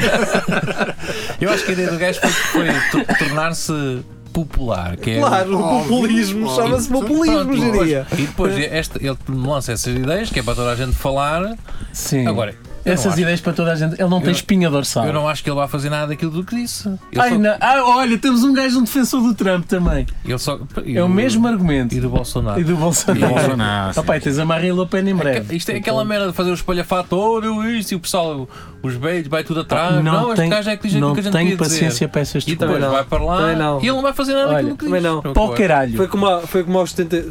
E: não? Eu acho que a ideia do gajo foi, foi to- tornar-se popular. Que é,
B: Claro, o populismo
D: óbvio.
B: chama-se populismo,
E: Pronto,
B: diria.
E: E depois este, ele lança essas ideias que é para toda a gente falar.
C: Sim.
E: Agora, Eu não
C: Essas
E: acho.
C: ideias para toda a gente. Ele não tem espinha dorsal.
E: Eu não acho que ele vá fazer nada daquilo do que disse. Ele
C: Ai,
E: só-
C: não. Ah, olha, temos um gajo um defensor do Trump também.
E: ele só- e
C: É o
E: do-
C: mesmo argumento.
E: E do Bolsonaro.
C: E do Bolsonaro.
D: Bolsonaro,
C: Papai, tens a Marine Le Pen em breve.
E: Isto é aquela merda de fazer o espalhafato, olha isto, e o pessoal, os beijos, vai tudo atrás. Não,
C: não
E: este
C: tenho,
E: gajo é que diz aquilo
C: não
E: que a gente
C: tenho
E: queria
C: paciência
E: dizer.
C: para essas
E: E depois
C: desculpas.
B: não.
E: vai para lá
B: Também não.
E: e ele não vai fazer nada
C: Olha,
E: daquilo que
B: também
E: diz.
B: não.
E: Não
C: Para o
E: concordo.
C: caralho.
B: Foi como, a, foi como aos 70,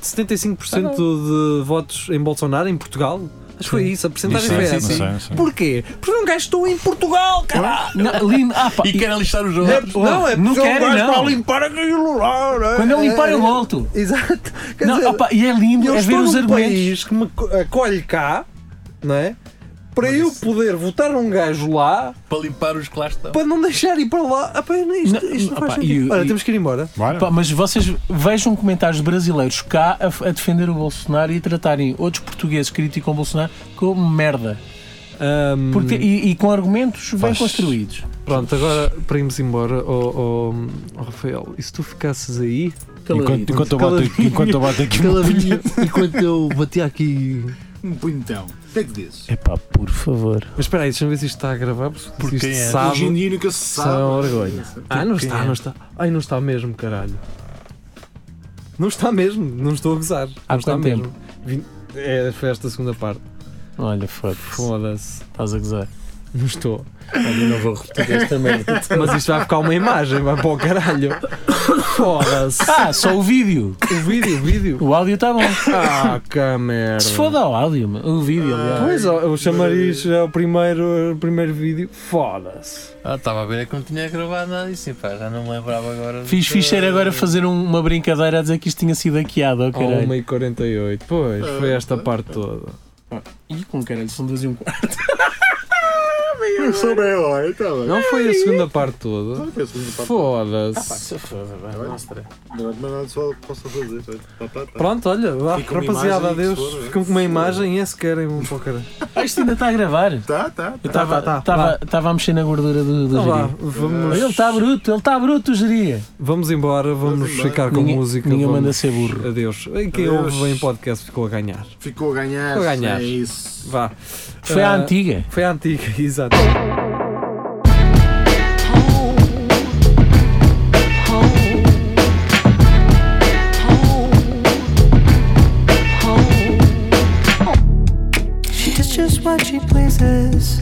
B: 75% de votos em Bolsonaro, em Portugal. Acho que foi isso, a porcentagem foi
E: sim,
B: essa.
E: sim.
B: Porquê? Porque um gajo estou em Portugal, caralho!
C: Não, lindo. Ah, pá,
E: E
C: e- oh,
E: querem listar os outros.
C: não, não
B: porque é um
C: quero,
B: gajo
C: não.
B: para limpar aquilo lá.
C: Quando eu limpar, eu
B: É,
C: volto.
B: Exato. Quer
C: Não,
B: dizer,
C: opa, e é lindo
B: eu
C: é ver
B: estou
C: os
B: num
C: argumentos.
B: país que me co- acolhe cá, não é? Para eu poder votar um gajo lá,
E: Para limpar os que lá estão.
B: para não deixar ir para lá. Ah, pá, isto,
C: Não,
B: isto não faz
C: opa,
B: sentido.
C: e-
B: Olha,
C: e-
B: temos que ir embora.
D: Bora.
C: Pá, mas vocês vejam comentários de brasileiros cá a, a defender o Bolsonaro e a tratarem outros portugueses que criticam o Bolsonaro como merda.
B: Ahm,
C: Porque, e, e com argumentos bem
D: Faz-
C: construídos.
B: Pronto, agora para irmos embora, oh, oh, oh, Rafael, e se tu ficasses aí,
D: Enquanto, enquanto, eu
B: Caladinho.
D: bato aqui, enquanto eu bato aqui. um
B: caladinho, enquanto eu batia aqui.
G: Um
D: então,
G: punhetão. O que é que dizes?
C: Epá, por favor.
B: Mas espera aí, deixa eu ver se isto está a gravar, porque, se
E: Porque
B: isto
E: é.
B: sabe.
G: Hoje em dia nunca se sabe.
B: São vergonha. Ah, não está,
E: é.
B: não está. Ai, não está mesmo, caralho. Não está mesmo, não estou a gozar.
C: Há
B: não está
C: quanto tempo?
B: mesmo. Vinte- É, foi esta segunda parte.
C: Olha, foda-se.
B: Foda-se,
C: Estás a gozar.
B: não estou.
C: Olha, não vou repetir esta merda.
B: Mas isto vai ficar uma imagem, vai para o caralho. Foda-se.
C: Ah, só o vídeo.
B: O vídeo, o vídeo.
C: O áudio está bom.
B: Ah, que merda.
C: Se foda ao áudio, meu. o vídeo, aliás.
B: Pois, ó, eu chamaria isto é o primeiro, o primeiro vídeo. Foda-se.
E: Ah, estava a ver é que não tinha gravado nada disso, e pá, já não me lembrava agora. do
C: Fiz
E: que-
C: ficheiro agora fazer um- uma brincadeira a dizer que isto tinha sido hackeado, oh,
B: A
C: caralho.
B: 1h48. Pois, foi
C: Ah,
B: esta parte toda.
C: Ih, com caralho, são duas e um quarto.
G: Eu sou bem, olha, está bem.
B: Não foi a segunda parte toda.
G: Penso é que não está-
B: Foda-se.
G: Não é de mais nada só que possa fazer. olha. Tá, tá, tá.
B: Pronto, olha, vá,
G: Fica uma
B: rapaziada,
G: imagem,
B: adeus.
G: se for, é?
B: Ficam com uma imagem e é se querem um pouco. Então
C: Ah, isto ainda está a gravar. Eu
G: Tá, tá. tá.
C: estava
B: tá, tá,
C: estava- estava a mexer na gordura do, do
B: Então vá,
C: geria.
B: vamos,
C: Ele está bruto, ele está bruto, o geria.
B: vamos embora, vamos
G: embora.
B: ficar com
C: Ninguém-
B: música.
C: ninguém
B: vamos-
C: manda ser burro.
B: Adeus. E quem
G: Adeus.
B: ouve em podcast ficou a ganhar.
G: Ficou a ganhar.
B: Ficou a ganhar.
G: É isso.
B: Vá.
C: Foi à
B: Ah,
C: antiga.
B: Foi a antiga, exato.
H: She does just what she pleases.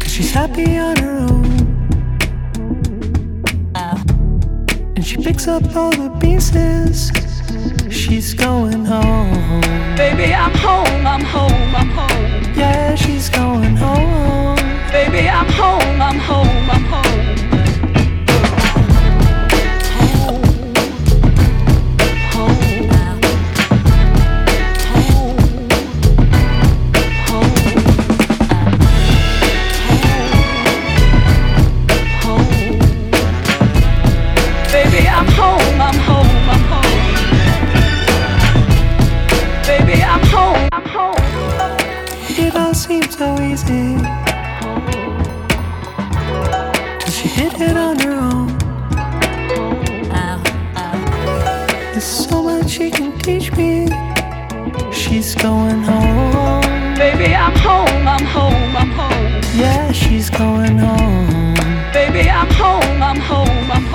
H: Cause she's happy on her own. And she picks up all the pieces. She's going home.
I: Baby, I'm home, I'm home, I'm home.
H: Yeah, she's going home.
I: Baby, I'm home, I'm home, I'm home. Baby, I'm home, I'm home, I'm home. Baby, I'm home, I'm home.
H: It all seemed so easy. Till she did it on her own. There's so much she can teach me. She's going home.
I: Baby, I'm home, I'm home, I'm home.
H: Yeah, she's going home.
I: Baby, I'm home, I'm home, I'm